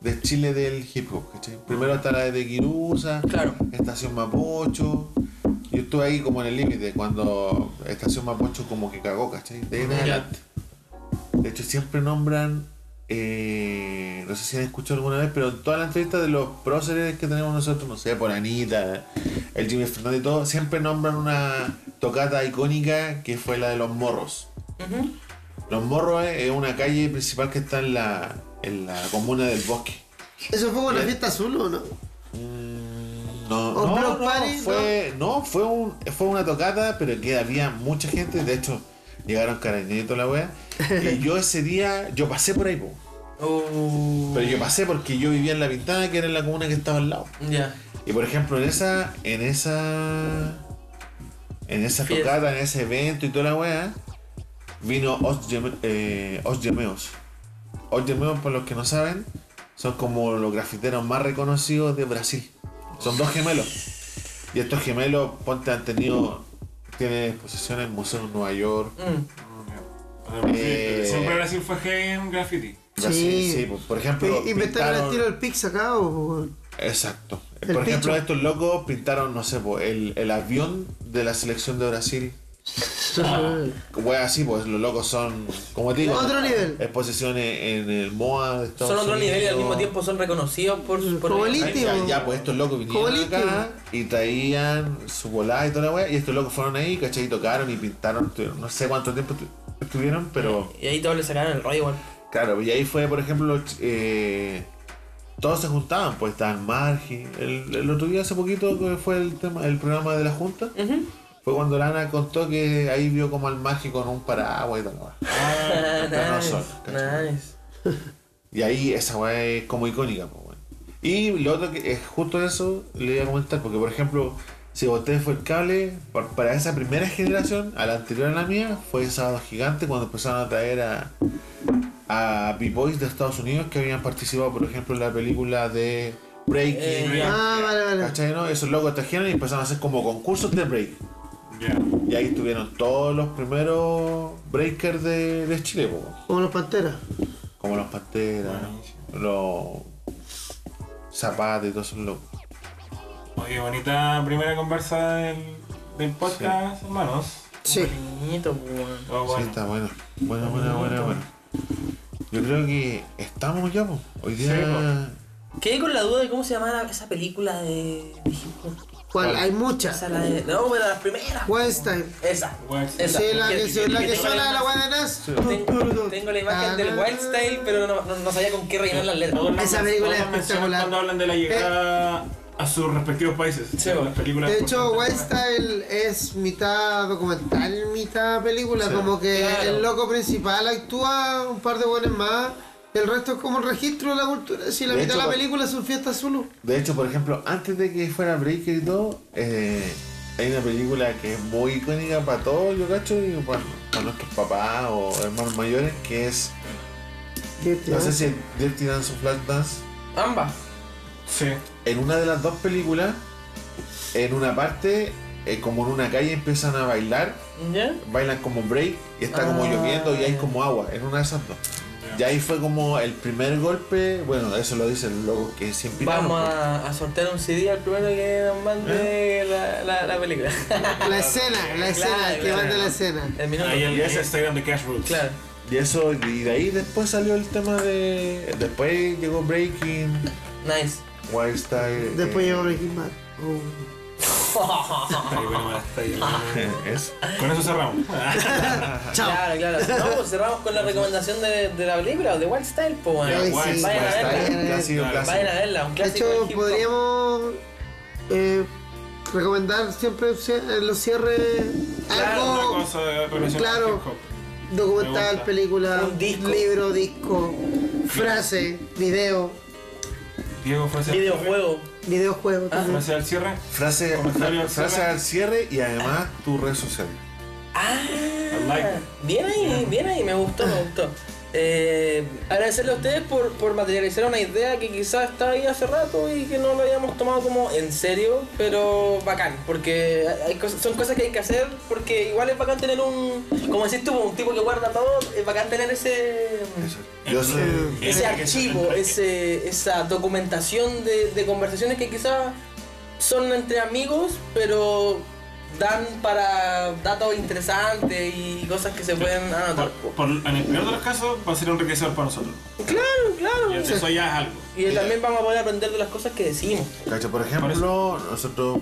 Speaker 2: de Chile del hip hop, ¿cachai? Primero está la de Quirusa,
Speaker 3: Claro.
Speaker 2: Estación Mapocho. Yo estuve ahí como en el límite cuando Estación Mapocho como que cagó, ¿cachai? De ahí en
Speaker 3: Ya.
Speaker 2: adelante. De hecho, siempre nombran, eh, no sé si han escuchado alguna vez, pero en todas las entrevistas de los próceres que tenemos nosotros, no sé, por Anita, el Jimmy Fernández y todo, siempre nombran una tocata icónica que fue la de los morros.
Speaker 3: Ujú.
Speaker 2: Los morros es es una calle principal que está en la, en la comuna del bosque.
Speaker 4: Eso fue una
Speaker 2: Bien.
Speaker 4: fiesta azul, ¿o no?
Speaker 2: Mm, No,
Speaker 4: ¿O
Speaker 2: no,
Speaker 4: Block
Speaker 2: no,
Speaker 4: Party,
Speaker 2: fue, no, fue, un, fue una tocata, pero que había mucha gente. De hecho, llegaron carañitos la wea. Y yo ese día, yo pasé por ahí, po.
Speaker 3: Uh,
Speaker 2: pero yo pasé porque yo vivía en La Pintada, que era la comuna que estaba al lado.
Speaker 3: Uh, Ya.
Speaker 2: Y por ejemplo, en esa, en esa, en esa
Speaker 3: Fiesta.
Speaker 2: tocata, en ese evento y toda la wea, vino Os Geme- eh, Os Gemeos. Os Gemeos, por los que no saben, son como los grafiteros más reconocidos de Brasil. Son dos gemelos. Y estos gemelos, ponte, han tenido, tienen exposiciones en museos en Nueva York.
Speaker 3: Mm.
Speaker 2: Eh.
Speaker 5: Siempre Brasil fue heavy en graffiti.
Speaker 2: Brasil,
Speaker 4: Sí.
Speaker 2: sí. por- por ejemplo.
Speaker 4: Oye, ¿Inventaron el
Speaker 2: pintaron-
Speaker 4: tiro del Pix acá o...?
Speaker 2: Exacto.
Speaker 4: El
Speaker 2: Por ejemplo,
Speaker 4: picho.
Speaker 2: estos locos pintaron, no sé, po, el, el avión de la selección de Brasil. Ah. Wea así, pues los locos son, como te digo,
Speaker 4: Otro nivel.
Speaker 2: exposiciones en el MOA de Estados
Speaker 3: Son otro
Speaker 2: Unidos.
Speaker 3: nivel y al mismo tiempo son reconocidos por su. por-
Speaker 4: Como el
Speaker 2: Ay, Ya, ya, pues estos locos
Speaker 4: Como
Speaker 2: vinieron
Speaker 4: líquido.
Speaker 2: acá y traían su volada y toda la wea. Y estos locos fueron ahí, ¿cachai? Y tocaron y pintaron. estuvieron- No sé cuánto tiempo estu- estuvieron, pero.
Speaker 3: Y ahí todos le sacaron el rollo igual.
Speaker 2: Claro, y ahí fue, por ejemplo, eh, todos se juntaban, pues estaban Margi. El, el otro día, hace poquito, que fue el tema, el programa de la Junta,
Speaker 3: Ujú.
Speaker 2: fue cuando Lana contó que ahí vio como al Margi con un paraguas y tal. ¿no? no
Speaker 3: nice,
Speaker 2: son, ¿cachai?
Speaker 3: nice.
Speaker 2: Y ahí esa weá es como icónica, pues, weón. Y lo otro que es justo eso, le iba a comentar, porque por ejemplo, si usted fue el cable, pa- para esa primera generación, a la anterior a la mía, fue Sábado Gigante cuando empezaron a traer a, a B-Boys de Estados Unidos que habían participado, por ejemplo, en la película de Breaking.
Speaker 3: Eh,
Speaker 5: ya.
Speaker 4: Ah, vale, vale.
Speaker 2: ¿Cachai? no? Esos locos trajeron y empezaron a hacer como concursos de break.
Speaker 5: Ya.
Speaker 2: Y ahí estuvieron todos los primeros breakers de, de Chile, pues, weón.
Speaker 4: Como los Panteras.
Speaker 2: Como los panteras, los zapatos y todo eso. Lo...
Speaker 5: Ah, Oye, bonita primera conversa del, del podcast, hermanos.
Speaker 4: Sí.
Speaker 3: Bonito, weón.
Speaker 2: Sí,
Speaker 5: Oh, bueno.
Speaker 2: está bueno. Bueno, bueno, bueno, bueno. Yo creo que estamos ya, po. Hoy día.
Speaker 5: Sí,
Speaker 3: Quedé con la duda de cómo se llamaba esa película de. de hip hop.
Speaker 4: ¿Cuál? Hay muchas.
Speaker 3: Esa la de. No, pero las primeras.
Speaker 4: Weinstein.
Speaker 3: Esa.
Speaker 5: West-
Speaker 3: Esa.
Speaker 4: Sí, la que, sí, la que
Speaker 3: Tengo
Speaker 4: suena la
Speaker 3: imagen-
Speaker 4: guay de Nas.
Speaker 3: Tengo, tengo la imagen del
Speaker 4: Ah.
Speaker 3: Wild Style, pero no, no- no sabía con qué rellenar las letras.
Speaker 5: Todos
Speaker 4: Esa
Speaker 5: mencionan-
Speaker 4: película
Speaker 5: todos
Speaker 4: es
Speaker 5: mencionan
Speaker 4: espectacular. Eh.
Speaker 5: Cuando hablan de la llegada a sus respectivos países.
Speaker 3: Sí,
Speaker 5: Las
Speaker 3: bueno.
Speaker 5: películas
Speaker 4: De hecho,
Speaker 5: por-
Speaker 4: Wild Style es mitad documental, mitad película.
Speaker 2: Sí.
Speaker 4: Como que
Speaker 3: Claro.
Speaker 4: el loco principal actúa un par de buenas más. El resto es como un registro de la cultura. Si la
Speaker 2: De
Speaker 4: mitad de pues-
Speaker 2: hecho,
Speaker 4: la
Speaker 2: pa-
Speaker 4: película son fiestas zulu.
Speaker 2: De hecho, por ejemplo, antes de que fuera Breaker y todo, eh, hay una película que es muy icónica para todos, yo cacho, y para, para nuestros papás o hermanos mayores, que es
Speaker 4: Dirty
Speaker 2: No sé
Speaker 4: Dance.
Speaker 2: si es Dirty Dance o Flat Dance.
Speaker 3: Ambas.
Speaker 5: Sí.
Speaker 2: En una de las dos películas, en una parte, eh, como en una calle, empiezan a bailar.
Speaker 3: ¿Ya?
Speaker 2: Bailan como break y está como
Speaker 3: Ah.
Speaker 2: lloviendo y hay como agua. En una de esas dos. Y ahí fue como el primer golpe. Bueno, eso lo dicen los locos que siempre. pues.
Speaker 3: Vamos a, a sortear un CD al primero que nos mande
Speaker 4: ¿Eh?
Speaker 3: la, la, la película.
Speaker 4: La escena, la escena,
Speaker 3: Claro,
Speaker 4: el que
Speaker 3: claro.
Speaker 4: manda la escena.
Speaker 3: El minuto.
Speaker 5: Ahí el,
Speaker 2: Y ese-
Speaker 5: Instagram de Cash Rules.
Speaker 3: Claro.
Speaker 2: Y eso, y de ahí después salió el tema de. Después llegó Breaking,
Speaker 3: Nice.
Speaker 2: Wild Style.
Speaker 4: Después
Speaker 2: eh,
Speaker 4: llegó Breaking Bad. Oh.
Speaker 5: Ahí, bueno, hasta ahí.
Speaker 2: eh, eso.
Speaker 5: Con eso cerramos.
Speaker 3: Claro, claro. No, pues cerramos con la recomendación de, de la película, de Wild Style, pues bueno.
Speaker 4: Ay,
Speaker 5: guay,
Speaker 4: sí.
Speaker 5: guay,
Speaker 3: Vayan a
Speaker 2: Wild
Speaker 3: verla.
Speaker 2: Style,
Speaker 4: verla.
Speaker 2: clásico, clásico.
Speaker 3: Vayan
Speaker 5: Vayan a
Speaker 3: a verla, un
Speaker 4: De
Speaker 3: clásico del
Speaker 4: hecho,
Speaker 3: hip hop.
Speaker 4: podríamos eh, recomendar siempre en los cierres
Speaker 3: Claro,
Speaker 5: Una
Speaker 4: algo
Speaker 5: cosa de relación
Speaker 4: Claro.
Speaker 5: con hip hop. Me
Speaker 4: documental,
Speaker 5: gusta.
Speaker 4: película,
Speaker 3: Un disco.
Speaker 4: libro, disco, frase, video,
Speaker 5: Diego, frase al
Speaker 3: Videojuego.
Speaker 4: videojuego
Speaker 3: Ah,
Speaker 5: cierre.
Speaker 4: también.
Speaker 5: Frase al cierre.
Speaker 2: Frase,
Speaker 5: Comentario al
Speaker 2: frase
Speaker 5: cierre.
Speaker 2: al cierre y además tu red social.
Speaker 3: Ah,
Speaker 5: I like it.
Speaker 3: bien ahí, bien ahí, me gustó, me gustó. Eh, agradecerle a ustedes por, por materializar una idea que quizás estaba ahí hace rato y que no lo habíamos tomado como en serio, pero bacán, porque hay cosas- son cosas que hay que hacer, porque igual es bacán tener un, como decís tú, un tipo que guarda todo, es bacán tener ese,
Speaker 2: Eso. Yo soy-
Speaker 5: Ese
Speaker 3: ese
Speaker 5: que es-
Speaker 3: archivo, ese, esa documentación de, de conversaciones que quizás son entre amigos, pero dan para datos interesantes y cosas que se pueden anotar.
Speaker 5: Por- por- en el peor de los casos va a ser enriquecedor para nosotros.
Speaker 3: Claro,
Speaker 5: Y
Speaker 3: claro.
Speaker 5: eso ya es algo.
Speaker 3: Y también vamos a poder aprender de las cosas que decimos.
Speaker 2: Cacha, por
Speaker 5: Por
Speaker 2: ejemplo, nosotros,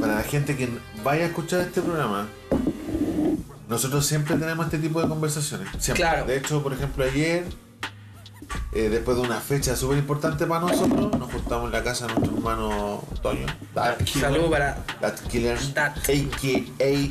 Speaker 2: para la gente que vaya a escuchar este programa, nosotros siempre tenemos este tipo de conversaciones. Siempre.
Speaker 3: Claro.
Speaker 2: De hecho, por ejemplo, ayer, eh, después de una fecha súper importante para nosotros, nos juntamos en la casa de nuestro hermano Toño, Dark
Speaker 3: Saludos para...
Speaker 2: That Killer,
Speaker 3: Dat.
Speaker 2: a.k.a.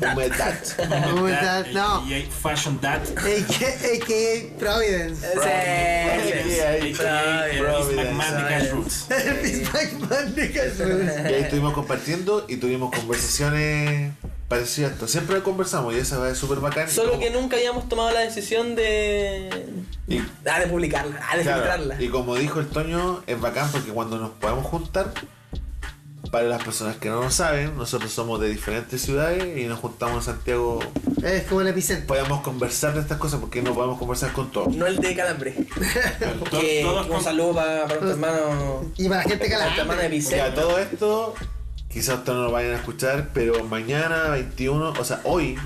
Speaker 3: Dat.
Speaker 2: Humedat.
Speaker 4: ¿Cómo estás?
Speaker 5: That,
Speaker 4: No.
Speaker 5: AKA Fashion That.
Speaker 4: AKA Providence.
Speaker 3: Sí,
Speaker 2: AKA,
Speaker 5: AKA Miss
Speaker 2: Providence.
Speaker 5: McMahon de Cash Roots.
Speaker 4: El Bismarck Man de Casual.
Speaker 2: Y ahí estuvimos compartiendo y tuvimos conversaciones parecidas. a esto. Siempre conversamos y esa es súper bacán.
Speaker 3: sí. Solo que nunca habíamos tomado la decisión de...
Speaker 2: Y-
Speaker 3: Ah, de publicarla, ah, de
Speaker 2: Claro,
Speaker 3: filtrarla.
Speaker 2: Y como dijo el Toño, es bacán porque cuando nos podemos juntar, para las personas que no lo saben, nosotros somos de diferentes ciudades y nos juntamos en Santiago.
Speaker 4: Es como el epicentro.
Speaker 2: Podemos conversar de estas cosas porque no podemos conversar con todos.
Speaker 3: No el de calambre.
Speaker 5: Claro, to-
Speaker 3: Que,
Speaker 5: todos
Speaker 3: un
Speaker 5: con-
Speaker 3: saludo para, para nuestro hermano...
Speaker 4: Y para la gente
Speaker 3: Nuestro hermano
Speaker 4: calada.
Speaker 3: de
Speaker 2: O sea,
Speaker 3: Vicente.
Speaker 2: todo esto, quizás ustedes no lo vayan a escuchar, pero mañana 21, o sea, hoy,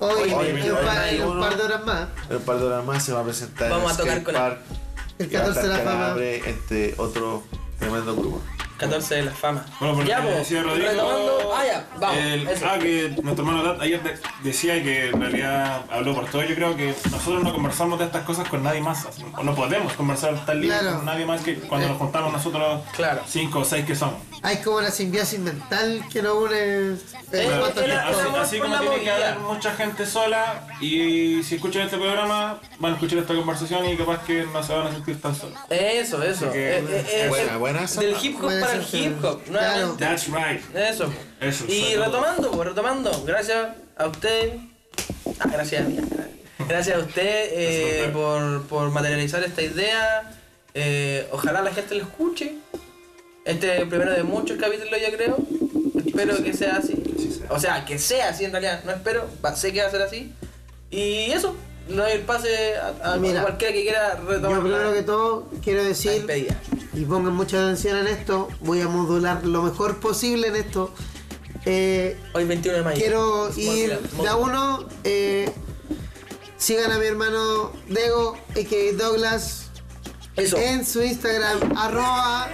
Speaker 4: Hoy,
Speaker 2: Hoy,
Speaker 4: en un par- en un par de horas más.
Speaker 2: en un par de horas más, se va a presentar
Speaker 3: Vamos a
Speaker 2: el
Speaker 3: tocar
Speaker 2: skate
Speaker 3: con él.
Speaker 2: park,
Speaker 4: El
Speaker 2: y va a
Speaker 4: 14 de la
Speaker 2: estar
Speaker 4: fama.
Speaker 2: Calabre, entre otro tremendo grupo.
Speaker 3: 14 de la fama.
Speaker 5: Bueno, porque
Speaker 3: ya, po,
Speaker 5: decía Rodrigo.
Speaker 3: retomando. Ah, ya, vamos.
Speaker 5: el-
Speaker 3: eso.
Speaker 5: ah, que nuestro hermano Dat ayer de- decía que en realidad habló por todo. Yo creo que nosotros no conversamos de estas cosas con nadie más. así, o no podemos conversar tan libre
Speaker 4: Claro.
Speaker 5: con nadie más que cuando nos juntamos nosotros
Speaker 3: Claro.
Speaker 5: cinco o seis que somos.
Speaker 4: Hay como una simbiosis mental que no une.
Speaker 3: Eh,
Speaker 5: Claro.
Speaker 3: el- el
Speaker 5: así,
Speaker 3: amor
Speaker 5: así
Speaker 3: por
Speaker 5: como
Speaker 3: la
Speaker 5: tiene que
Speaker 3: movilidad.
Speaker 5: haber mucha gente sola y si escuchan este programa van a escuchar esta conversación y capaz que no se van a sentir tan solos.
Speaker 3: Eso, eso.
Speaker 5: que-
Speaker 3: Eh, eh, eh,
Speaker 2: Buena,
Speaker 3: eh,
Speaker 2: buena esa.
Speaker 3: Del hip hop
Speaker 4: Buena
Speaker 3: para el
Speaker 4: esa,
Speaker 3: hip hop.
Speaker 4: claro.
Speaker 3: nuevamente.
Speaker 5: That's right.
Speaker 3: Eso. po.
Speaker 5: Eso,
Speaker 3: Y
Speaker 5: saludos.
Speaker 3: retomando, po, retomando. Gracias a usted. Ah, gracias a mí. Gracias a usted eh,
Speaker 5: Gracias,
Speaker 3: por, por materializar esta idea. Eh, ojalá la gente lo escuche. Este es el primero de muchos capítulos, yo creo. Espero que sea así.
Speaker 5: Sí, sea.
Speaker 3: O sea, que sea así en realidad. No espero, va- sé que va a ser así. Y eso, le doy el pase a, a
Speaker 4: Mira,
Speaker 3: cualquiera que quiera retomar.
Speaker 4: Yo primero que todo quiero
Speaker 3: la
Speaker 4: decir
Speaker 3: despedida.
Speaker 4: y pongan mucha atención en esto, voy a modular lo mejor posible en esto. Eh,
Speaker 3: Hoy 21 de mayo.
Speaker 4: quiero ir
Speaker 3: Modular,
Speaker 4: de a
Speaker 3: modular.
Speaker 4: uno. eh, sigan a mi hermano Dego, a.k.a. Douglas,
Speaker 3: Eso.
Speaker 4: en su Instagram, arroba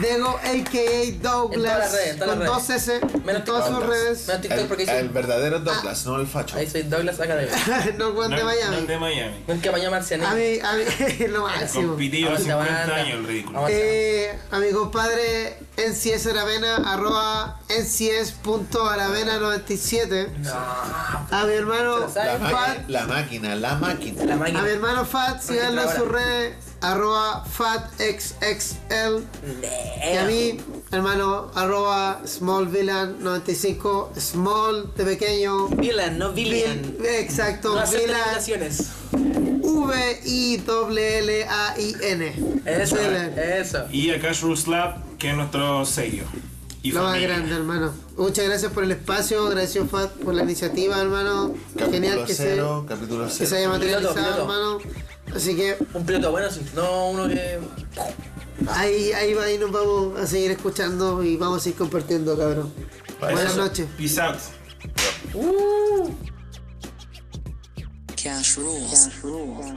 Speaker 4: Dego, a.k.a. Douglas,
Speaker 3: redes, en todas
Speaker 4: con
Speaker 3: las
Speaker 4: dos S, en
Speaker 3: Menos
Speaker 4: todas sus
Speaker 2: TikTok.
Speaker 4: redes.
Speaker 3: Menos TikTok porque
Speaker 2: El,
Speaker 3: hice-
Speaker 2: el
Speaker 4: Ah.
Speaker 2: verdadero Douglas, no el facho.
Speaker 3: Ahí soy Douglas Academy.
Speaker 4: no Juan
Speaker 5: No-
Speaker 4: de
Speaker 5: no es
Speaker 4: Miami.
Speaker 5: de Miami.
Speaker 3: No es que vaya a Marcianito.
Speaker 4: A mí, a mí, lo máximo.
Speaker 5: Compitido
Speaker 3: Aguanta,
Speaker 5: 50
Speaker 3: aguanta.
Speaker 5: años el ridículo.
Speaker 3: Aguanta.
Speaker 4: Eh, a mi compadre NCS Aravena, arroba ncs.aravena97.
Speaker 3: No.
Speaker 4: A mi hermano
Speaker 3: Se
Speaker 2: La,
Speaker 3: la
Speaker 2: máquina,
Speaker 4: Fat,
Speaker 2: la máquina, la máquina.
Speaker 3: La
Speaker 4: a mi
Speaker 3: máquina.
Speaker 4: hermano Fat, síganlo en sus
Speaker 3: ahora.
Speaker 4: redes, arroba fatxxl. Y a mí, hermano, arroba smallvillain95, small de pequeño.
Speaker 3: Vilan, no Vilan.
Speaker 4: vil- exacto,
Speaker 3: No acepto
Speaker 4: villan.
Speaker 3: invitaciones.
Speaker 4: V-I-L-L-A-I-N.
Speaker 3: Eso,
Speaker 4: Dylan.
Speaker 3: eso.
Speaker 5: Y a Casual Slab, que es nuestro sello. Y
Speaker 4: Lo más
Speaker 5: familia.
Speaker 4: grande, hermano. Muchas gracias por el espacio, gracias Fat por la iniciativa, hermano. Genial
Speaker 2: Capítulo
Speaker 4: que
Speaker 2: cero,
Speaker 4: se,
Speaker 2: capítulo
Speaker 4: que se haya
Speaker 2: cero.
Speaker 4: materializado,
Speaker 3: Piloto, piloto.
Speaker 4: hermano. Así que
Speaker 3: Un piloto bueno, sí. No uno que.
Speaker 4: ahí, ahí, va, ahí nos vamos a seguir escuchando y vamos a ir compartiendo, cabrón.
Speaker 2: Para
Speaker 4: Buenas
Speaker 5: Eso.
Speaker 4: noches.
Speaker 5: Peace out.
Speaker 4: Uh.
Speaker 1: Cash rules.